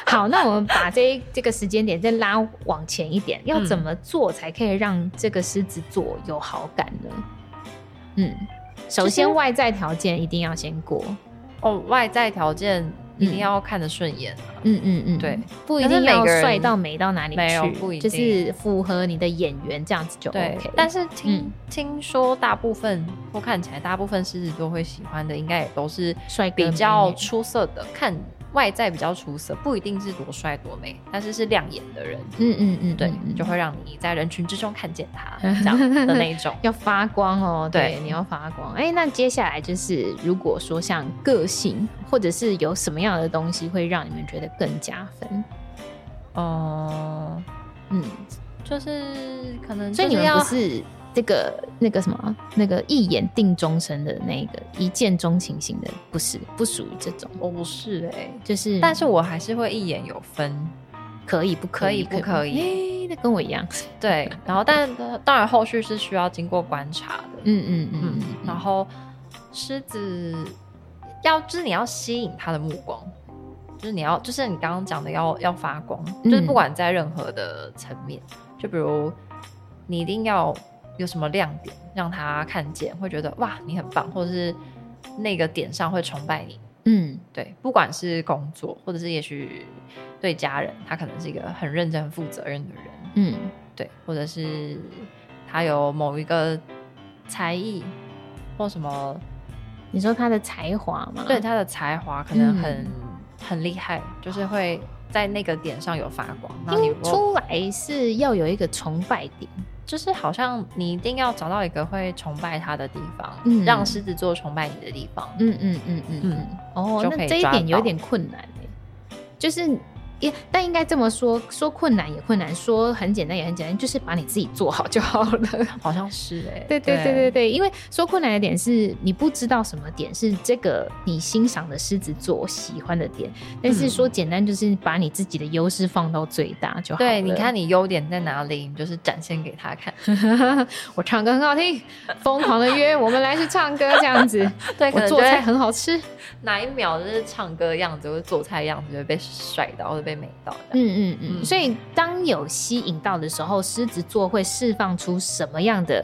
Speaker 1: 好，那我们把这一这个时间点再拉往前一点，要
Speaker 2: 嗯
Speaker 1: 怎么做才可以让这个狮子座有好感呢？嗯，首
Speaker 2: 就是
Speaker 1: 先外在条件一定要先过，
Speaker 2: 哦，外在条件一定要看得顺眼啊、
Speaker 1: 嗯嗯嗯，
Speaker 2: 对，
Speaker 1: 不一
Speaker 2: 但
Speaker 1: 定
Speaker 2: 是每
Speaker 1: 要
Speaker 2: 个人
Speaker 1: 帅到美到哪里去，
Speaker 2: 没有不一
Speaker 1: 就
Speaker 2: 定
Speaker 1: 是符合你的眼缘这样子就
Speaker 2: 对
Speaker 1: OK。
Speaker 2: 但
Speaker 1: 是
Speaker 2: 是听、
Speaker 1: 嗯
Speaker 2: 听说大部分或看起来大部分狮子座会喜欢的，应该也都是
Speaker 1: 帅哥
Speaker 2: 比较
Speaker 1: 美女
Speaker 2: 出色的，看外在比较出色，不一定是多帅多美，但是是亮眼的人，
Speaker 1: 嗯嗯嗯，
Speaker 2: 对，
Speaker 1: 嗯嗯。
Speaker 2: 就会让你在人群之中看见他这样的那一 种
Speaker 1: 要发光哦，对，
Speaker 2: 对
Speaker 1: 你要发光。哎、那接下来就是，如果说像个性，或者是有什么样的东西会让你们觉得更加分？
Speaker 2: 嗯，
Speaker 1: 嗯，
Speaker 2: 就是可能
Speaker 1: 所以
Speaker 2: 就
Speaker 1: 你们
Speaker 2: 要
Speaker 1: 不是这个那个什么那个一眼定终身的那个一见钟情型的，不是不属于这种，
Speaker 2: 我不是哎、
Speaker 1: 就是
Speaker 2: 但是我还是会一眼有分，
Speaker 1: 可以不可以
Speaker 2: 可以不可以
Speaker 1: 哎、那跟我一样，
Speaker 2: 对，然后 但当然后续是需要经过观察的，
Speaker 1: 嗯嗯嗯
Speaker 2: 嗯
Speaker 1: 嗯，嗯，
Speaker 2: 然后狮子要就是你要吸引他的目光，就是你要就是你刚刚讲的要要发光，就是
Speaker 1: 嗯
Speaker 2: 不管在任何的层面，就比如你一定要有什么亮点让他看见，会觉得哇你很棒，或者是那个点上会崇拜你，
Speaker 1: 嗯
Speaker 2: 对，不管是工作，或者是也许对家人，他可能是一个很认真、很负责任的人，
Speaker 1: 嗯
Speaker 2: 对，或者是他有某一个才艺或什么，
Speaker 1: 你说他的才华嘛，
Speaker 2: 对他的才华可能
Speaker 1: 嗯
Speaker 2: 很、很厉害，就是会在那个点上有发光。那你如
Speaker 1: 听
Speaker 2: 果
Speaker 1: 出来是要有一个崇拜点，
Speaker 2: 就是好像你一定要找到一个会崇拜他的地方，
Speaker 1: 嗯
Speaker 2: 让狮子座崇拜你的地方。
Speaker 1: 嗯嗯嗯嗯嗯
Speaker 2: 嗯，
Speaker 1: 哦
Speaker 2: 就，可
Speaker 1: 那
Speaker 2: 以
Speaker 1: 这一
Speaker 2: 抓
Speaker 1: 点有
Speaker 2: 到
Speaker 1: 点困难欸就是。也，但应该这么说，说困难也困难，说很简单也很简单，就是把你自己做好就好了。
Speaker 2: 好像是哎、
Speaker 1: 对对对对对，因为说困难的点是你不知道什么点是这个你欣赏的狮子座喜欢的点，但
Speaker 2: 嗯
Speaker 1: 是说简单就是把你自己的优势放到最大就好了。
Speaker 2: 对，你看你优点在哪里，你就是展现给他看。
Speaker 1: 我唱歌很好听，疯狂的约我们来去唱歌这样 子，
Speaker 2: 对，可
Speaker 1: 我
Speaker 2: 能就
Speaker 1: 做
Speaker 2: 会
Speaker 1: 菜很好吃。
Speaker 2: 哪一秒就是唱歌的样子，或者做菜的样子，就会被甩到，或者被美到这样。
Speaker 1: 嗯嗯嗯，
Speaker 2: 嗯
Speaker 1: 所以当有吸引到的时候，狮子座会释放出什么样的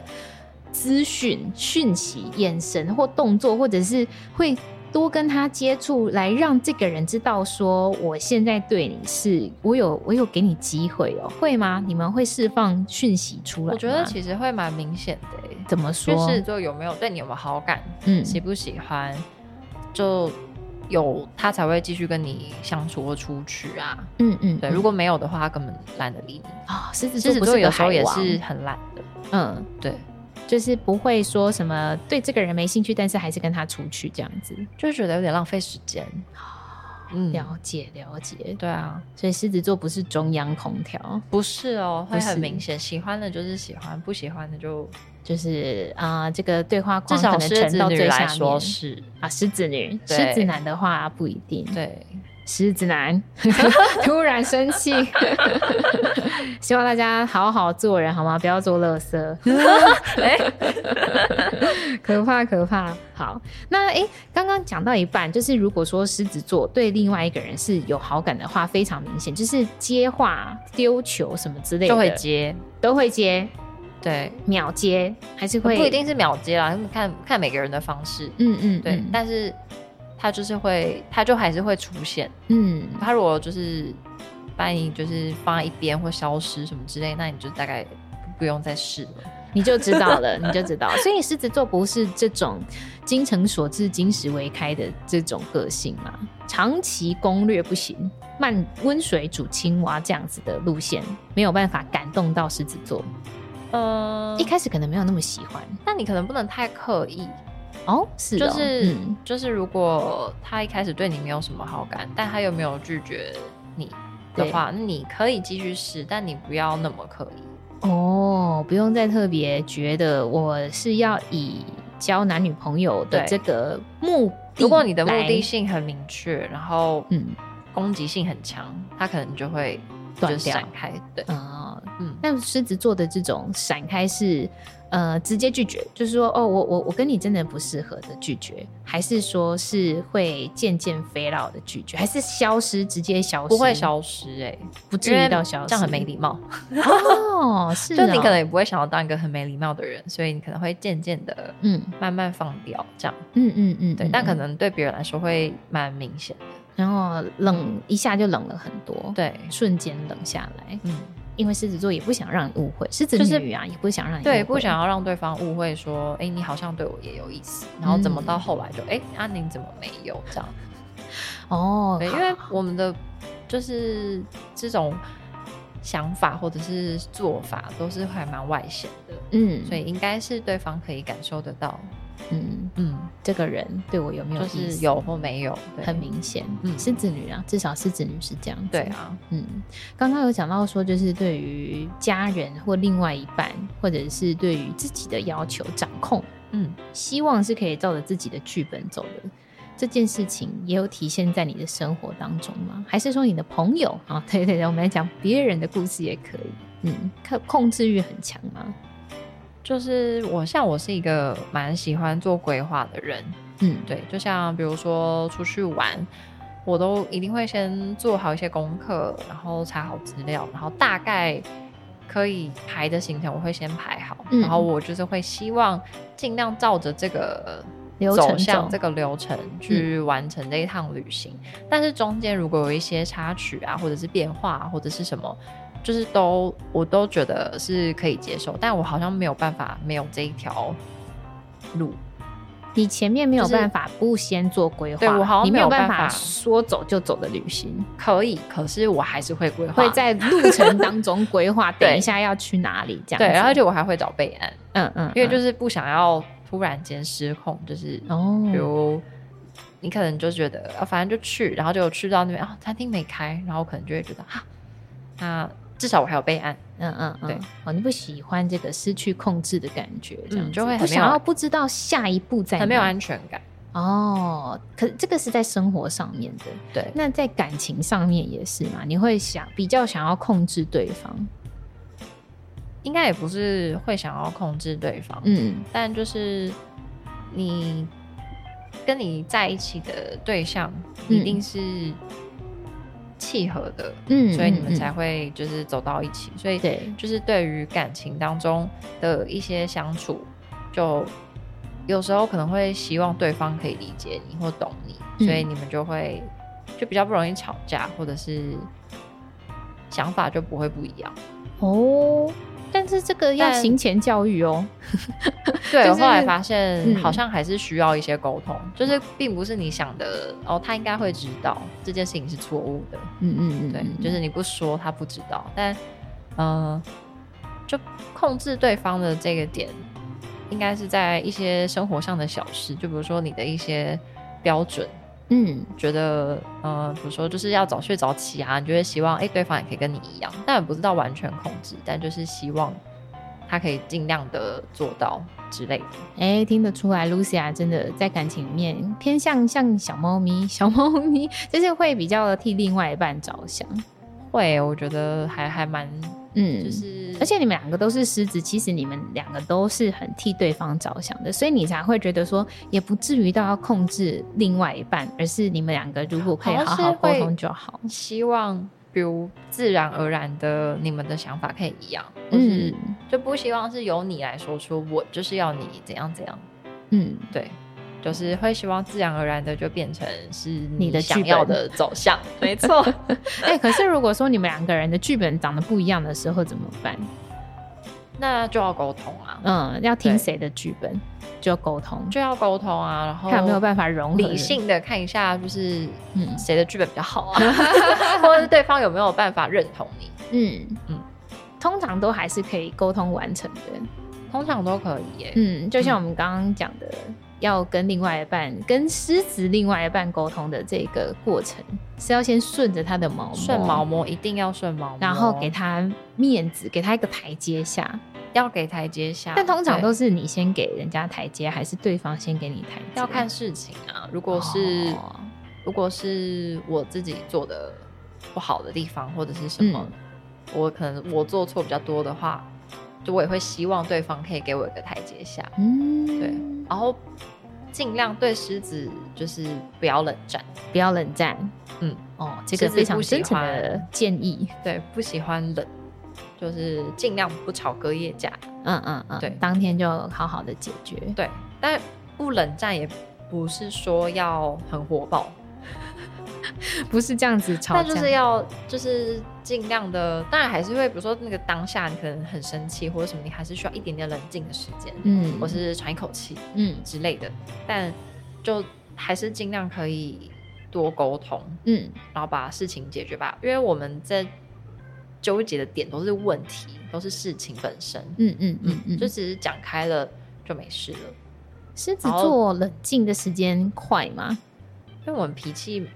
Speaker 1: 资讯、讯息、眼神或动作，或者是会多跟他接触，来让这个人知道说我现在对你是，我有我有给你机会哦，会吗？你们会释放讯息出来吗？
Speaker 2: 我觉得其实会蛮明显的、欸，
Speaker 1: 怎么
Speaker 2: 就
Speaker 1: 说？
Speaker 2: 是就有没有对你有没有好感，
Speaker 1: 嗯
Speaker 2: 喜不喜欢，就有他才会继续跟你相处或出去啊。
Speaker 1: 嗯嗯，
Speaker 2: 对，
Speaker 1: 嗯
Speaker 2: 如果没有的话，他根本懒得理你。
Speaker 1: 啊，狮子座
Speaker 2: 狮子
Speaker 1: 不
Speaker 2: 座
Speaker 1: 是
Speaker 2: 有
Speaker 1: 个啊
Speaker 2: 时候
Speaker 1: 海
Speaker 2: 也
Speaker 1: 王
Speaker 2: 是很懒的，
Speaker 1: 嗯，
Speaker 2: 对，
Speaker 1: 就是不会说什么对这个人没兴趣，但是还是跟他出去这样子。
Speaker 2: 就觉得有点浪费时间。嗯，
Speaker 1: 了解了解，
Speaker 2: 对啊，
Speaker 1: 所以狮子座不是中央空调，
Speaker 2: 不是哦，
Speaker 1: 不
Speaker 2: 会
Speaker 1: 是
Speaker 2: 很明显，喜欢的就是喜欢，不喜欢的就
Speaker 1: 就是啊、这个对话
Speaker 2: 至
Speaker 1: 框可
Speaker 2: 少
Speaker 1: 能
Speaker 2: 狮
Speaker 1: 沉
Speaker 2: 子
Speaker 1: 到
Speaker 2: 女
Speaker 1: 最下
Speaker 2: 来
Speaker 1: 面
Speaker 2: 说是。
Speaker 1: 啊，狮子女，
Speaker 2: 对
Speaker 1: 狮子男的话不一定，
Speaker 2: 对，
Speaker 1: 狮子男 突然生气， 希望大家好好做人好吗？不要做垃圾，
Speaker 2: 哎、
Speaker 1: 可怕可怕。好，那诶，刚刚讲到一半，就是如果说狮子座对另外一个人是有好感的话，非常明显，就是接话、丢球什么之类的，
Speaker 2: 就会接，
Speaker 1: 都会接，
Speaker 2: 对，
Speaker 1: 秒接，还是
Speaker 2: 不
Speaker 1: 会
Speaker 2: 一定是秒接啦，看看每个人的方式，
Speaker 1: 嗯嗯，
Speaker 2: 对，
Speaker 1: 嗯
Speaker 2: 但是他就是会，他就还是会出现。
Speaker 1: 嗯
Speaker 2: 他如果就是把你就是放在一边或消失什么之类，那你就大概不用再试了。
Speaker 1: 你就知道了，你就知道。所以狮子座不是这种精诚所至、金石为开的这种个性嘛？长期攻略不行，慢温水煮青蛙这样子的路线没有办法感动到狮子座。
Speaker 2: 呃，
Speaker 1: 一开始可能没有那么喜欢
Speaker 2: 那你可能不能太刻意，
Speaker 1: 哦，是
Speaker 2: 就
Speaker 1: 哦
Speaker 2: 是、
Speaker 1: 嗯
Speaker 2: 就是，如果他一开始对你没有什么好感，但他又没有拒绝你的
Speaker 1: 对
Speaker 2: 话，那你可以继续试，但你不要那么刻意。
Speaker 1: 哦，不用再特别觉得我是要以交男女朋友的这
Speaker 2: 对
Speaker 1: 个目的，
Speaker 2: 如果你的目的，性很明确，然后
Speaker 1: 嗯
Speaker 2: 攻击性很强，他可能就会
Speaker 1: 断
Speaker 2: 就是
Speaker 1: 掉
Speaker 2: 闪开。对，
Speaker 1: 啊、
Speaker 2: 嗯，
Speaker 1: 那狮子座的这种闪开是，呃，直接拒绝，就是说，哦，我我我跟你真的不适合的拒绝，还是说是会渐渐飞绕的拒绝，还是消失，直接消失？
Speaker 2: 不会，消失哎、欸，
Speaker 1: 不至
Speaker 2: 因
Speaker 1: 于
Speaker 2: 为
Speaker 1: 到消失，
Speaker 2: 这样很没礼貌。
Speaker 1: 哦，是
Speaker 2: 就你
Speaker 1: 哦
Speaker 2: 可能也不会想要当一个很没礼貌的人，所以你可能会渐渐的
Speaker 1: 嗯
Speaker 2: 慢慢放掉这样。
Speaker 1: 嗯嗯嗯，
Speaker 2: 对，
Speaker 1: 嗯
Speaker 2: 但可
Speaker 1: 嗯
Speaker 2: 能对别人来说会蛮明显的。
Speaker 1: 然后冷一下就冷了很多，，
Speaker 2: 对，
Speaker 1: 瞬间冷下来，
Speaker 2: 嗯，
Speaker 1: 因为狮子座也不想让你误会，狮子
Speaker 2: 就是
Speaker 1: 女啊、也不想让你
Speaker 2: 对，
Speaker 1: 误会
Speaker 2: 不想要让对方误会说，哎、你好像对我也有意思，然后怎么到后来就，哎、阿宁、怎么没有这样？
Speaker 1: 哦，
Speaker 2: 对，因
Speaker 1: 好
Speaker 2: 为我们的就是这种想法或者是做法都是还蛮外显的，
Speaker 1: 嗯，
Speaker 2: 所以应该是对方可以感受得到，
Speaker 1: 嗯，
Speaker 2: 嗯，
Speaker 1: 这个人对我有没有
Speaker 2: 就
Speaker 1: 意
Speaker 2: 是
Speaker 1: 思
Speaker 2: 有或没有，对
Speaker 1: 很明显，
Speaker 2: 嗯
Speaker 1: 狮子女啊，至少狮子女是这样子。
Speaker 2: 对，啊，
Speaker 1: 嗯，刚刚有讲到说，就是对于家人或另外一半，或者是对于自己的要求掌控，
Speaker 2: 嗯，
Speaker 1: 希望是可以照着自己的剧本走的。这件事情也有体现在你的生活当中吗？还是说你的朋友啊、 对对对，我们来讲别人的故事也可以。嗯，控控制欲很强吗？
Speaker 2: 就是我像我是一个蛮喜欢做规划的人，
Speaker 1: 嗯，
Speaker 2: 对，就像比如说出去玩，我都一定会先做好一些功课，然后查好资料，然后大概可以排的行程我会先排好，
Speaker 1: 嗯
Speaker 2: 然后我就是会希望尽量照着这个。
Speaker 1: 流程
Speaker 2: 走向
Speaker 1: 走嗯
Speaker 2: 这个流程去完成这一趟旅行，但是中间如果有一些插曲啊，或者是变化、啊，或者是什么，就是都我都觉得是可以接受，但我好像没有办法没有这一条路，
Speaker 1: 你前面没有
Speaker 2: 就是
Speaker 1: 办法不先做规划，
Speaker 2: 对我好像
Speaker 1: 你没
Speaker 2: 没有
Speaker 1: 办
Speaker 2: 办法
Speaker 1: 说走就走的旅行，
Speaker 2: 可以，可是我还是会规划，
Speaker 1: 会在路程当中规划，
Speaker 2: 对
Speaker 1: 等一下要去哪里这样子。
Speaker 2: 对，然后就我还会找备案，
Speaker 1: 嗯嗯，
Speaker 2: 因为就是是不想要突然间失控，就是比
Speaker 1: 哦，
Speaker 2: 如你可能就觉得啊，反正就去，然后就去到那边啊，餐厅没开，然后可能就会觉得啊，那至少我还有备案，
Speaker 1: 嗯嗯嗯，
Speaker 2: 对
Speaker 1: 哦，你不喜欢这个失去控制的感觉，这样子
Speaker 2: 嗯就会很
Speaker 1: 不
Speaker 2: 没
Speaker 1: 想
Speaker 2: 有
Speaker 1: 要不知道下一步在哪，
Speaker 2: 很没有安全感，
Speaker 1: 哦。可这个是在生活上面的，
Speaker 2: 对，
Speaker 1: 那在感情上面也是嘛？你会想比较想要控制对方，
Speaker 2: 应该也不是会想要控制对方，
Speaker 1: 嗯
Speaker 2: 但就是你跟你在一起的对象
Speaker 1: 嗯
Speaker 2: 一定是契合的，
Speaker 1: 嗯，
Speaker 2: 所以你们
Speaker 1: 嗯
Speaker 2: 才
Speaker 1: 嗯
Speaker 2: 会就是走到一起。所以
Speaker 1: 对
Speaker 2: 就是对于感情当中的一些相处，就有时候可能会希望对方可以理解你或懂
Speaker 1: 嗯
Speaker 2: 你，所以你们就会就比较不容易吵架，或者是想法就不会不一样。
Speaker 1: 哦。但是这个要
Speaker 2: 但
Speaker 1: 行前教育哦，
Speaker 2: 对，
Speaker 1: 就是
Speaker 2: 我后来发
Speaker 1: 嗯
Speaker 2: 现好像还是需要一些沟通，就是并不是你想的哦，他应该会知道这件事情是错误的，
Speaker 1: 嗯嗯嗯，
Speaker 2: 对，
Speaker 1: 嗯
Speaker 2: 就是你不说他不知道，但嗯、呃就控制对方的这个点，应该是在一些生活上的小事，就比如说你的一些标准，
Speaker 1: 嗯
Speaker 2: 觉得呃，比如说就是要早睡早起啊，你就会希望哎、诶对方也可以跟你一样，但不是到完全控制，但就是希望他可以尽量的做到之类的。
Speaker 1: 哎，听得出来，Lucia 真的在感情里面偏向像小猫咪，小猫咪 就是会比较替另外一半着想。
Speaker 2: 会，我觉得还还蛮
Speaker 1: 嗯，
Speaker 2: 就是，
Speaker 1: 而且你们两个都是狮子，其实你们两个都是很替对方着想的，所以你才会觉得说，也不至于到要控制另外一半，而是你们两个如果可以好好沟通就好。
Speaker 2: 希望。比如自然而然的，你们的想法可以一样，或是
Speaker 1: 嗯
Speaker 2: 就不希望是由你来说出我就是要你怎样怎样，
Speaker 1: 嗯，
Speaker 2: 对，就是会希望自然而然的就变成是
Speaker 1: 你的剧
Speaker 2: 想
Speaker 1: 本
Speaker 2: 要的走 向，没错。
Speaker 1: 哎、可是如果说你们两个人的剧本长得不一样的时候怎么办？
Speaker 2: 那就要沟通啊，
Speaker 1: 嗯，要听
Speaker 2: 对
Speaker 1: 谁的剧本就沟通，
Speaker 2: 就要沟通啊，然后
Speaker 1: 看有没有办法融合
Speaker 2: 理，性的看一下，就是
Speaker 1: 嗯
Speaker 2: 谁的剧本比较好啊，或者是对方有没有办法认同你。
Speaker 1: 嗯，嗯
Speaker 2: 嗯，
Speaker 1: 通常都还是可以沟通完成的。
Speaker 2: 通常都可以耶。
Speaker 1: 嗯，就像我们刚刚讲的，要跟另外一半、跟狮子另外一半沟通的这个过程，是要先顺着他的毛，
Speaker 2: 顺毛，哦膜一定要顺毛膜，
Speaker 1: 然后给他面子，给他一个台阶下。
Speaker 2: 要给台阶下。
Speaker 1: 但通常
Speaker 2: 对
Speaker 1: 都是你先给人家台阶，还是对方先给你台阶？
Speaker 2: 要看事情啊。如果是、
Speaker 1: 哦
Speaker 2: 如果是我自己做的不好的地方，或者是什
Speaker 1: 嗯
Speaker 2: 么，我可能我做错比较多的话，就我也会希望对方可以给我一个台阶下，
Speaker 1: 嗯，
Speaker 2: 对然后尽量对狮子就是不要冷战，
Speaker 1: 不要冷战。
Speaker 2: 嗯，
Speaker 1: 哦，这个
Speaker 2: 狮子
Speaker 1: 非常
Speaker 2: 不喜
Speaker 1: 真诚
Speaker 2: 欢
Speaker 1: 的建议。
Speaker 2: 对，不喜欢冷，就是尽量不吵隔夜架，
Speaker 1: 嗯嗯嗯，
Speaker 2: 对
Speaker 1: 当天就好好的解决。
Speaker 2: 对，但不冷战也不是说要很火爆，
Speaker 1: 不是这样子吵架，
Speaker 2: 但就是要就是尽量的，当然还是会，比如说那个当下你可能很生气或者什么，你还是需要一点点冷静的时间，
Speaker 1: 嗯，
Speaker 2: 或是喘一口气
Speaker 1: 嗯
Speaker 2: 之类的，但就还是尽量可以多沟通，
Speaker 1: 嗯
Speaker 2: 然后把事情解决吧，因为我们在纠结的点都是问题，都是事情本身，
Speaker 1: 嗯嗯嗯嗯，就
Speaker 2: 就
Speaker 1: 是
Speaker 2: 只是讲开了就没事了，
Speaker 1: 狮子
Speaker 2: 然后
Speaker 1: 座冷静的时间快吗？
Speaker 2: 因为我们脾气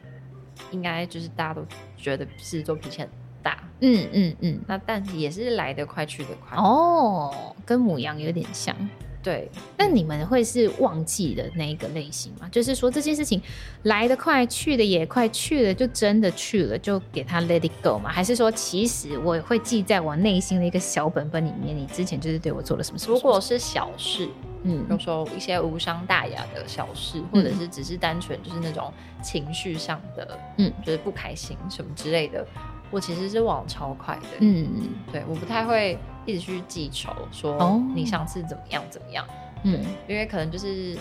Speaker 2: 应该就是大家都觉得狮子座脾气很大。
Speaker 1: 嗯嗯嗯，
Speaker 2: 那但也是来得快去得快
Speaker 1: 哦，跟母羊有点像。
Speaker 2: 对，
Speaker 1: 那你们会是忘记的那一个类型吗？就是说这件事情来得快，去得也快，去了就真的去了，就给他 let it go 吗？还是说其实我也会记在我内心的一个小本本里面，你之前就是对我做了什么什么
Speaker 2: 如
Speaker 1: 什么
Speaker 2: 果是小事，
Speaker 1: 嗯
Speaker 2: 比如说一些无伤大雅的小事，或者是只是单纯就是那种情绪上的，
Speaker 1: 嗯
Speaker 2: 嗯，就是不开心什么之类的，我其实是往超快的，嗯，
Speaker 1: 嗯
Speaker 2: 对，我不太会一直去记仇，说
Speaker 1: 哦
Speaker 2: 你上次怎么样怎么样，
Speaker 1: 嗯
Speaker 2: 因为可能就是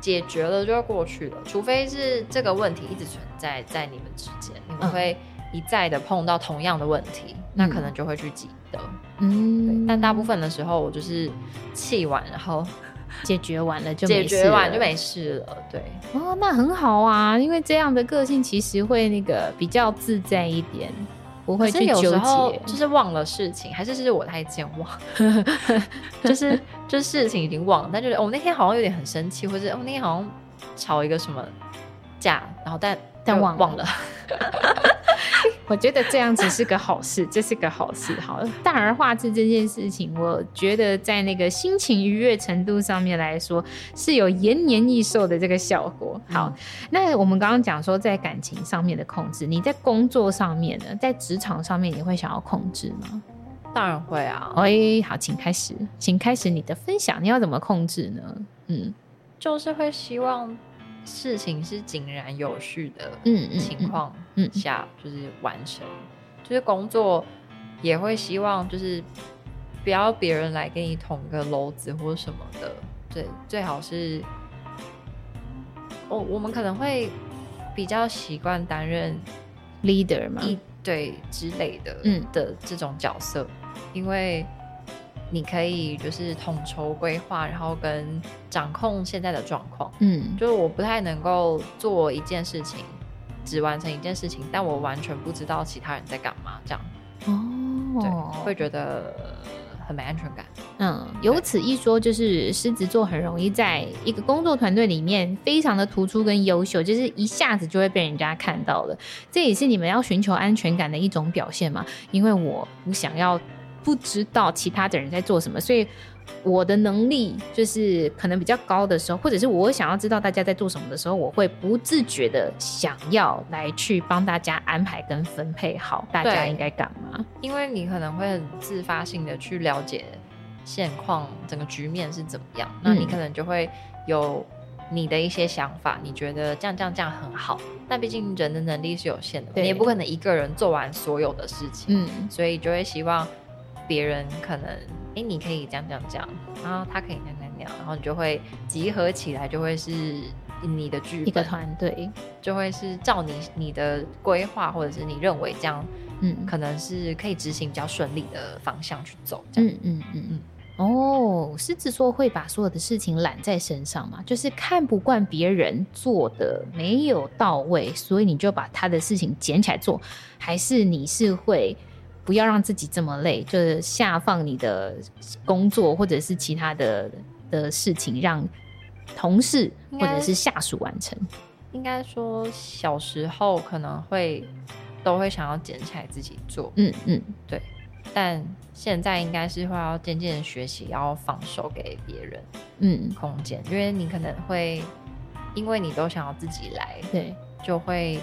Speaker 2: 解决了就要过去了，除非是这个问题一直存在在你们之间，你们
Speaker 1: 嗯
Speaker 2: 会一再的碰到同样的问题，那可能就会去记得，
Speaker 1: 嗯，
Speaker 2: 但大部分的时候，我就是气完，然后
Speaker 1: 解决完了就没
Speaker 2: 解
Speaker 1: 事
Speaker 2: 决完
Speaker 1: 了
Speaker 2: 就没事了。对，
Speaker 1: 哦，那很好啊，因为这样的个性其实会那个比较自在一点，不会
Speaker 2: 可是
Speaker 1: 去
Speaker 2: 有
Speaker 1: 纠
Speaker 2: 时候
Speaker 1: 结。
Speaker 2: 就是忘了事情，还是是我太健忘， 就是就是事情已经忘了，但就是我、哦、那天好像有点很生气，或者我、哦、那天好像吵一个什么架，然后但
Speaker 1: 但
Speaker 2: 就
Speaker 1: 忘了
Speaker 2: 忘了，
Speaker 1: 我觉得这样子是个好事，这是个好事。好，大而化之这件事情，我觉得在那个心情愉悦程度上面来说，是有延年益寿的这个效果。
Speaker 2: 嗯
Speaker 1: 好，那我们刚刚讲说在感情上面的控制，你在工作上面呢，在职场上面，你会想要控制吗？
Speaker 2: 当然会啊，
Speaker 1: 哎，好，请开始，请开始你的分享，你要怎么控制呢？嗯
Speaker 2: 就是会希望事情是井然有序的
Speaker 1: 嗯嗯，
Speaker 2: 情况
Speaker 1: 嗯嗯
Speaker 2: 下就是完成，就是工作也会希望就是不要别人来跟你捅个篓子或什么的，对，最好是哦，我们可能会比较习惯担任
Speaker 1: leader 嘛，
Speaker 2: 一对之类的，
Speaker 1: 嗯
Speaker 2: 嗯的这种角色，因为你可以就是统筹规划，然后跟掌控现在的状况。
Speaker 1: 嗯
Speaker 2: 就是我不太能够做一件事情，只完成一件事情，但我完全不知道其他人在干嘛，这样对，
Speaker 1: 哦，
Speaker 2: 会觉得呃很没安全感。
Speaker 1: 嗯，由此一说，就是狮子座很容易在一个工作团队里面非常的突出跟优秀，就是一下子就会被人家看到了。这也是你们要寻求安全感的一种表现嘛。因为我不想要不知道其他的人在做什么，所以我的能力就是可能比较高的时候，或者是我想要知道大家在做什么的时候，我会不自觉的想要来去帮大家安排跟分配好大家
Speaker 2: 对
Speaker 1: 应该干嘛。
Speaker 2: 因为你可能会很自发性的去了解现况，整个局面是怎么样，那你
Speaker 1: 嗯
Speaker 2: 可能就会有你的一些想法，你觉得这样这样这样很好，但毕竟人的能力是有限的嘛，
Speaker 1: 对
Speaker 2: 你也不可能一个人做完所有的事情，
Speaker 1: 嗯
Speaker 2: 所以就会希望别人可能，哎，你可以这样这样这样，然后他可以那样那样那样，然后你就会集合起来，就会是你的剧
Speaker 1: 一个
Speaker 2: 本，
Speaker 1: 团队，
Speaker 2: 就会是照你你的规划，或者是你认为这样
Speaker 1: 嗯，
Speaker 2: 可能是可以执行比较顺利的方向去走，这样。
Speaker 1: 嗯嗯嗯嗯。哦，狮子座会把所有的事情揽在身上嘛，就是看不惯别人做的没有到位，所以你就把他的事情捡起来做，还是你是会不要让自己这么累，就是下放你的工作或者是其他的的事情，让同事
Speaker 2: 应
Speaker 1: 或
Speaker 2: 该
Speaker 1: 者是下属完成。
Speaker 2: 应该说小时候可能会都会想要捡起来自己做，
Speaker 1: 嗯嗯，
Speaker 2: 但现在应该是会要渐渐地学习，要放手给别人
Speaker 1: 嗯，
Speaker 2: 空间，因为你可能会因为你都想要自己来，
Speaker 1: 对，
Speaker 2: 就会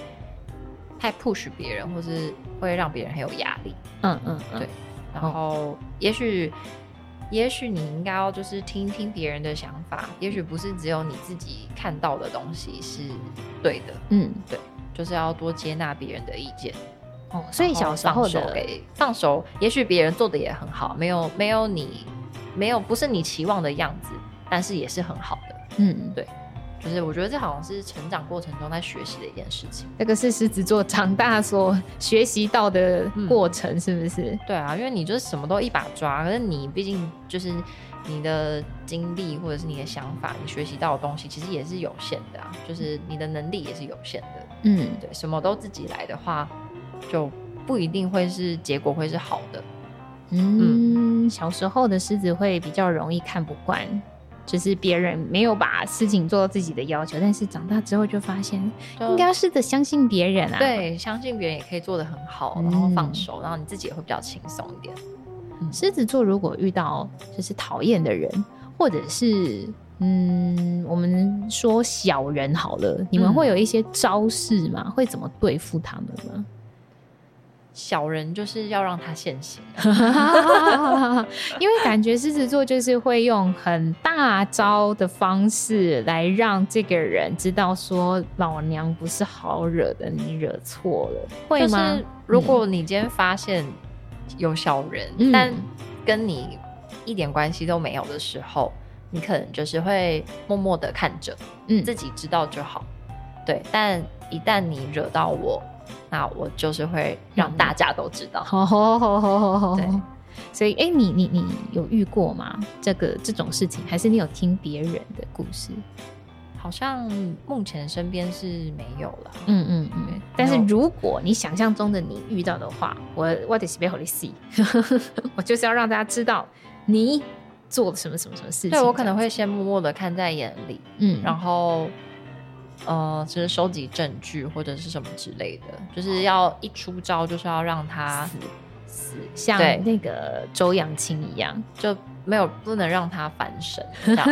Speaker 2: 太 push 别人，或是会让别人很有压力。
Speaker 1: 嗯嗯嗯，
Speaker 2: 对然
Speaker 1: 哦
Speaker 2: 后也许、也许你应该要就是听听别人的想法，也许不是只有你自己看到的东西是对的，
Speaker 1: 嗯
Speaker 2: 就是要多接纳别人的意见。
Speaker 1: 哦，所以
Speaker 2: 然
Speaker 1: 小
Speaker 2: 后
Speaker 1: 时候
Speaker 2: 放手
Speaker 1: 的
Speaker 2: 给放手，也许别人做的也很好，没有没有你没有不是你期望的样子，但是也是很好的。
Speaker 1: 嗯，
Speaker 2: 就是我觉得这好像是成长过程中在学习的一件事情。
Speaker 1: 这个是狮子座长大所学习到的过程，是不是？
Speaker 2: 对啊，因为你就是什么都一把抓，可是你毕竟就是你的经历或者是你的想法，你学习到的东西其实也是有限的啊，就是你的能力也是有限的。
Speaker 1: 嗯
Speaker 2: 对，什么都自己来的话，就不一定会是结果会是好的。
Speaker 1: 嗯，小时候的狮子会比较容易看不惯，就是别人没有把事情做到自己的要求，但是长大之后就发现
Speaker 2: 就
Speaker 1: 应该要试着相信别人啊。，
Speaker 2: 对，相信别人也可以做得很好，
Speaker 1: 嗯
Speaker 2: 然后放手，然后你自己也会比较轻松一点。
Speaker 1: 狮子座如果遇到就是讨厌的人，或者是嗯，我们说小人好了，你们
Speaker 2: 嗯
Speaker 1: 会有一些招式吗？会怎么对付他们吗？
Speaker 2: 小人就是要让他现形啊、
Speaker 1: 因为感觉狮子座就是会用很大招的方式来让这个人知道说老娘不是好惹的，你惹错了，会
Speaker 2: 就
Speaker 1: 吗？
Speaker 2: 是如果你今天发现有小人，
Speaker 1: 嗯
Speaker 2: 但跟你一点关系都没有的时候，你可能就是会默默的看着，
Speaker 1: 嗯
Speaker 2: 自己知道就好。对，但一旦你惹到我，那我就是会让
Speaker 1: 嗯
Speaker 2: 大家都知道。
Speaker 1: 好好好好好好
Speaker 2: 对
Speaker 1: 好。所以，哎、你你你有遇过吗？这个这种事情，还是你有听别人的故事？
Speaker 2: 嗯好像目前身边是没有了。
Speaker 1: 嗯嗯嗯
Speaker 2: 对。
Speaker 1: 但是
Speaker 2: 没有
Speaker 1: 如果你想象中的你遇到的话，我我得是背后的 C，我就是要让大家知道你做了什么什么什么事情。
Speaker 2: 对我可能会先默默的看在眼里，
Speaker 1: 嗯，
Speaker 2: 然后呃，就是收集证据或者是什么之类的，就是要一出招就是要让他
Speaker 1: 死，像
Speaker 2: 对
Speaker 1: 那个周扬青一样。
Speaker 2: 就没有不能让他翻 身，这样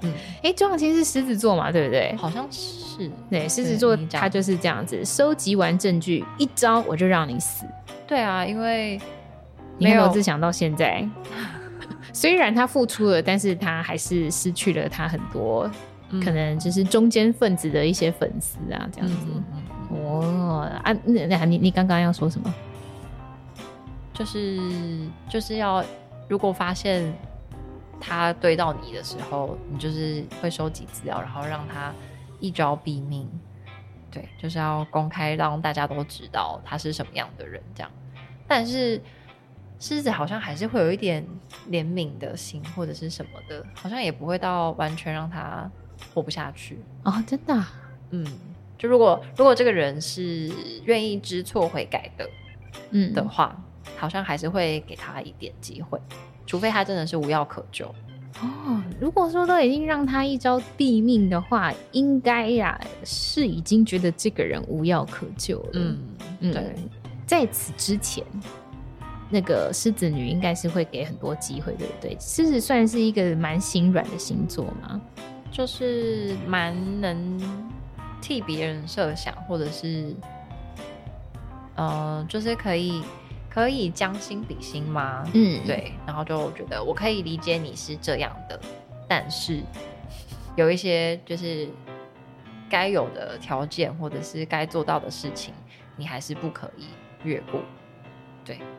Speaker 2: 嗯，
Speaker 1: 哎、周扬青是狮子座嘛，对不对？
Speaker 2: 好像是
Speaker 1: 对，狮子座
Speaker 2: 你讲
Speaker 1: 他就是这样子，收集完证据，一招我就让你死。
Speaker 2: 对啊，因为
Speaker 1: 你
Speaker 2: 没
Speaker 1: 有没
Speaker 2: 有
Speaker 1: 有只想到现在？ 虽然他付出了，但是他还是失去了他很多，
Speaker 2: 嗯
Speaker 1: 可能就是中间分子的一些粉丝啊，这
Speaker 2: 这
Speaker 1: 样
Speaker 2: 样子
Speaker 1: 子。。
Speaker 2: 嗯
Speaker 1: 哦啊，那那你你刚刚要说什么？
Speaker 2: 就是就是要，如果发现他对到你的时候，你就是会收集资料，然后让他一招毙命。对，就是要公开让大家都知道他是什么样的人，这样。但是狮子好像还是会有一点怜悯的心，或者是什么的，好像也不会到完全让他活不下去。
Speaker 1: 哦，真的啊、
Speaker 2: 嗯，就如果如果这个人是愿意知错悔改的，
Speaker 1: 嗯
Speaker 2: 的话，好像还是会给他一点机会，除非他真的是无药可救。
Speaker 1: 哦，如果说都已经让他一招毙命的话，应该呀、是已经觉得这个人无药可救了。
Speaker 2: 嗯，对，，
Speaker 1: 在此之前，那个狮子女应该是会给很多机会，对不对？狮子算是一个蛮心软的星座嘛。
Speaker 2: 就是蛮能替别人设想，或者是，呃，就是可以可以将心比心吗？
Speaker 1: 嗯，
Speaker 2: 对，然后就觉得我可以理解你是这样的，但是有一些就是该有的条件或者是该做到的事情，你还是不可以越过。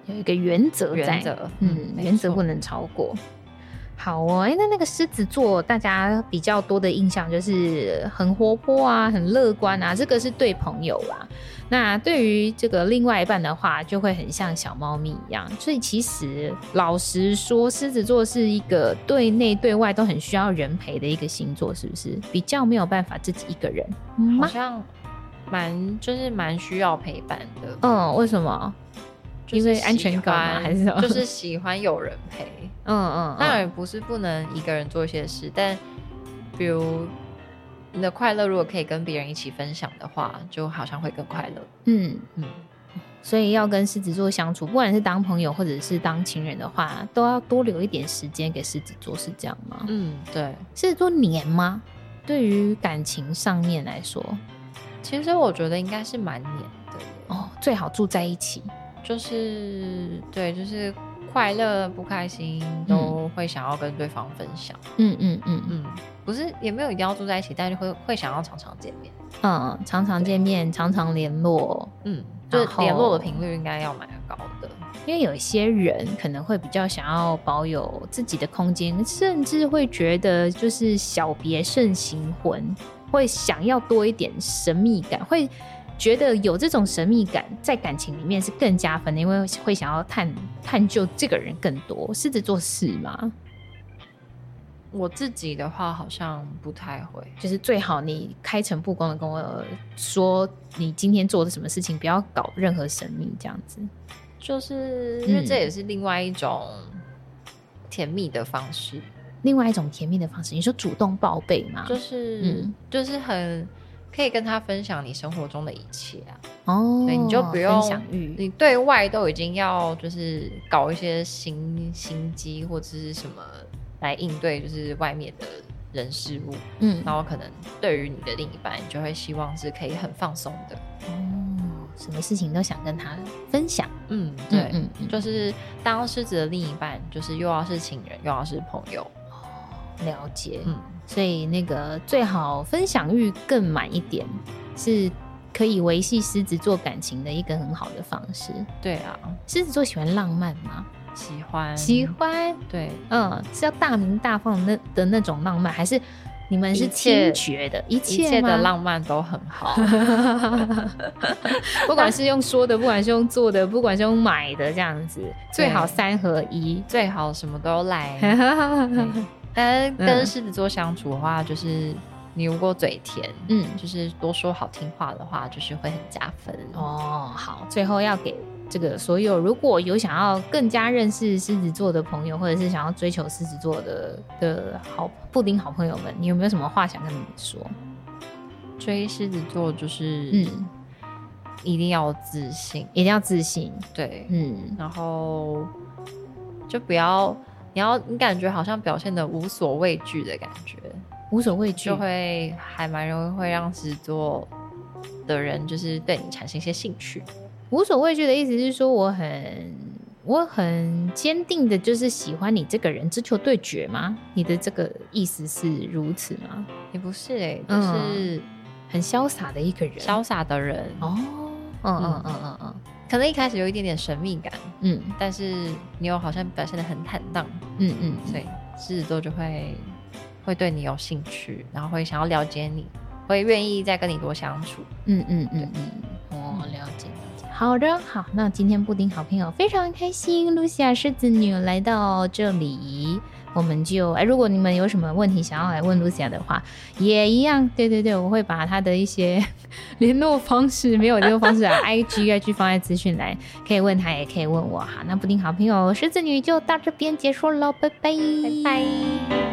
Speaker 1: 有一个原则在，
Speaker 2: 原则
Speaker 1: 嗯，
Speaker 2: 没
Speaker 1: 原则
Speaker 2: 错
Speaker 1: 不能超过。好哦，哎、那那个狮子座，大家比较多的印象就是很活泼啊，很乐观啊，这个是对朋友啦。那对于这个另外一半的话，就会很像小猫咪一样。所以其实老实说，狮子座是一个对内对外都很需要人陪的一个星座，是不是？比较没有办法自己一个人
Speaker 2: 嗯好
Speaker 1: 吗？
Speaker 2: 像蛮就是蛮需要陪伴的，
Speaker 1: 嗯，为什么？
Speaker 2: 就是
Speaker 1: 哦因为安全感吗
Speaker 2: 喜欢
Speaker 1: 还是什么
Speaker 2: 就是喜欢有人陪。
Speaker 1: 嗯嗯，
Speaker 2: 当然不是不能一个人做一些事，但比如你的快乐如果可以跟别人一起分享的话，就好像会更快乐。
Speaker 1: 嗯，
Speaker 2: 嗯，
Speaker 1: 所以要跟狮子座相处，不管是当朋友或者是当情人的话，都要多留一点时间给狮子座，是这样吗？
Speaker 2: 嗯，对。
Speaker 1: 狮子座黏吗？对于感情上面来说，
Speaker 2: 其实我觉得应该是蛮黏的耶，
Speaker 1: 哦，最好住在一起。
Speaker 2: 就是对，就是快乐不开心都会想要跟对方分享。
Speaker 1: 嗯嗯嗯
Speaker 2: 嗯，不是也没有一定要住在一起，但是会会想要常常见面。
Speaker 1: 嗯，常常见面，常常联络。
Speaker 2: 嗯，就
Speaker 1: 然
Speaker 2: 是
Speaker 1: 后
Speaker 2: 联络的频率应该要蛮高的。
Speaker 1: 因为有一些人可能会比较想要保有自己的空间，甚至会觉得就是小别胜新婚，会想要多一点神秘感，会觉得有这种神秘感在感情里面是更加分的，因为会想要探探究这个人更多。狮子座是吗？
Speaker 2: 我自己的话好像不太会，
Speaker 1: 就是最好你开诚布公的跟我说你今天做的什么事情，不要搞任何神秘这样子。
Speaker 2: 就是因为
Speaker 1: 嗯
Speaker 2: 这也是另外一种甜蜜的方式，
Speaker 1: 另外一种甜蜜的方式，你说主动报备吗？
Speaker 2: 就是、
Speaker 1: 嗯
Speaker 2: 就是很可以跟他分享你生活中的一切啊，
Speaker 1: 哦，
Speaker 2: 对你就不用
Speaker 1: 分享欲，
Speaker 2: 你对外都已经要就是搞一些心心机或者是什么来应对就是外面的人事物，
Speaker 1: 嗯，
Speaker 2: 然后可能对于你的另一半，你就会希望是可以很放松的，
Speaker 1: 哦，什么事情都想跟他分享，
Speaker 2: 嗯，对。
Speaker 1: 嗯嗯
Speaker 2: 就是当狮子的另一半，就是又要是情人，又要是朋友，
Speaker 1: 嗯了解，
Speaker 2: 嗯，
Speaker 1: 所以那个最好分享欲更满一点，是可以维系狮子座感情的一个很好的方式。
Speaker 2: 对啊，
Speaker 1: 狮子座喜欢浪漫吗？
Speaker 2: 喜欢，
Speaker 1: 喜，欢，
Speaker 2: 对，
Speaker 1: 嗯，是要大名大放的那的那种浪漫，还是你们是
Speaker 2: 一切
Speaker 1: 听觉的？一
Speaker 2: 一
Speaker 1: 切
Speaker 2: 切
Speaker 1: 吗
Speaker 2: 的浪漫都很 好，
Speaker 1: 不管是用说的，不管是用做的，不管是用买的，这样子最好三合 一。
Speaker 2: 最好什么 都来。对
Speaker 1: 嗯
Speaker 2: 但跟狮子座相处的话，就是你如果嘴甜，
Speaker 1: 嗯，
Speaker 2: 就是多说好听话的话，就是会很加分哦。
Speaker 1: 哦，好，最后要给这个所有如果有想要更加认识狮子座的朋友，或者是想要追求狮子座的的好布丁好朋友们，你有没有什么话想跟你们说？
Speaker 2: 追狮子座就是，
Speaker 1: 嗯，
Speaker 2: 一定要有自信，
Speaker 1: 一定要自信，
Speaker 2: 对，
Speaker 1: 嗯，
Speaker 2: 然后就不要，你要你感觉好像表现的无所畏惧的感觉，
Speaker 1: 无所畏惧
Speaker 2: 就。会还蛮容易会让狮子座的人就是对你产生一些兴趣。
Speaker 1: 无所畏惧的意思是说，我很我很坚定的，就是喜欢你这个人，只求对决吗？你的这个意思是如此吗？
Speaker 2: 也不是哎、就
Speaker 1: 嗯
Speaker 2: 是
Speaker 1: 很潇洒的一个人。
Speaker 2: 潇洒的人，
Speaker 1: 哦，嗯嗯嗯嗯嗯
Speaker 2: 可能一开始有一点点神秘感，
Speaker 1: 嗯
Speaker 2: 但是你又好像表现的很坦荡，
Speaker 1: 嗯嗯嗯，
Speaker 2: 所以狮子座就会会对你有兴趣，然后会想要了解你，会愿意再跟你多相处。
Speaker 1: 嗯嗯嗯嗯，哦，了解了解。好的，好，那今天布丁好朋友非常开心，露西亚狮子女来到这里，我们就哎，如果你们有什么问题想要来问露西亚的话，也一样，对对对，我会把她的一些 联络方式，没有联络方 式啊，IG IG 放在资讯栏，可以问她，也可以问我。好，那布丁好朋友狮子女就到这边结束喽，拜拜，
Speaker 2: 拜拜。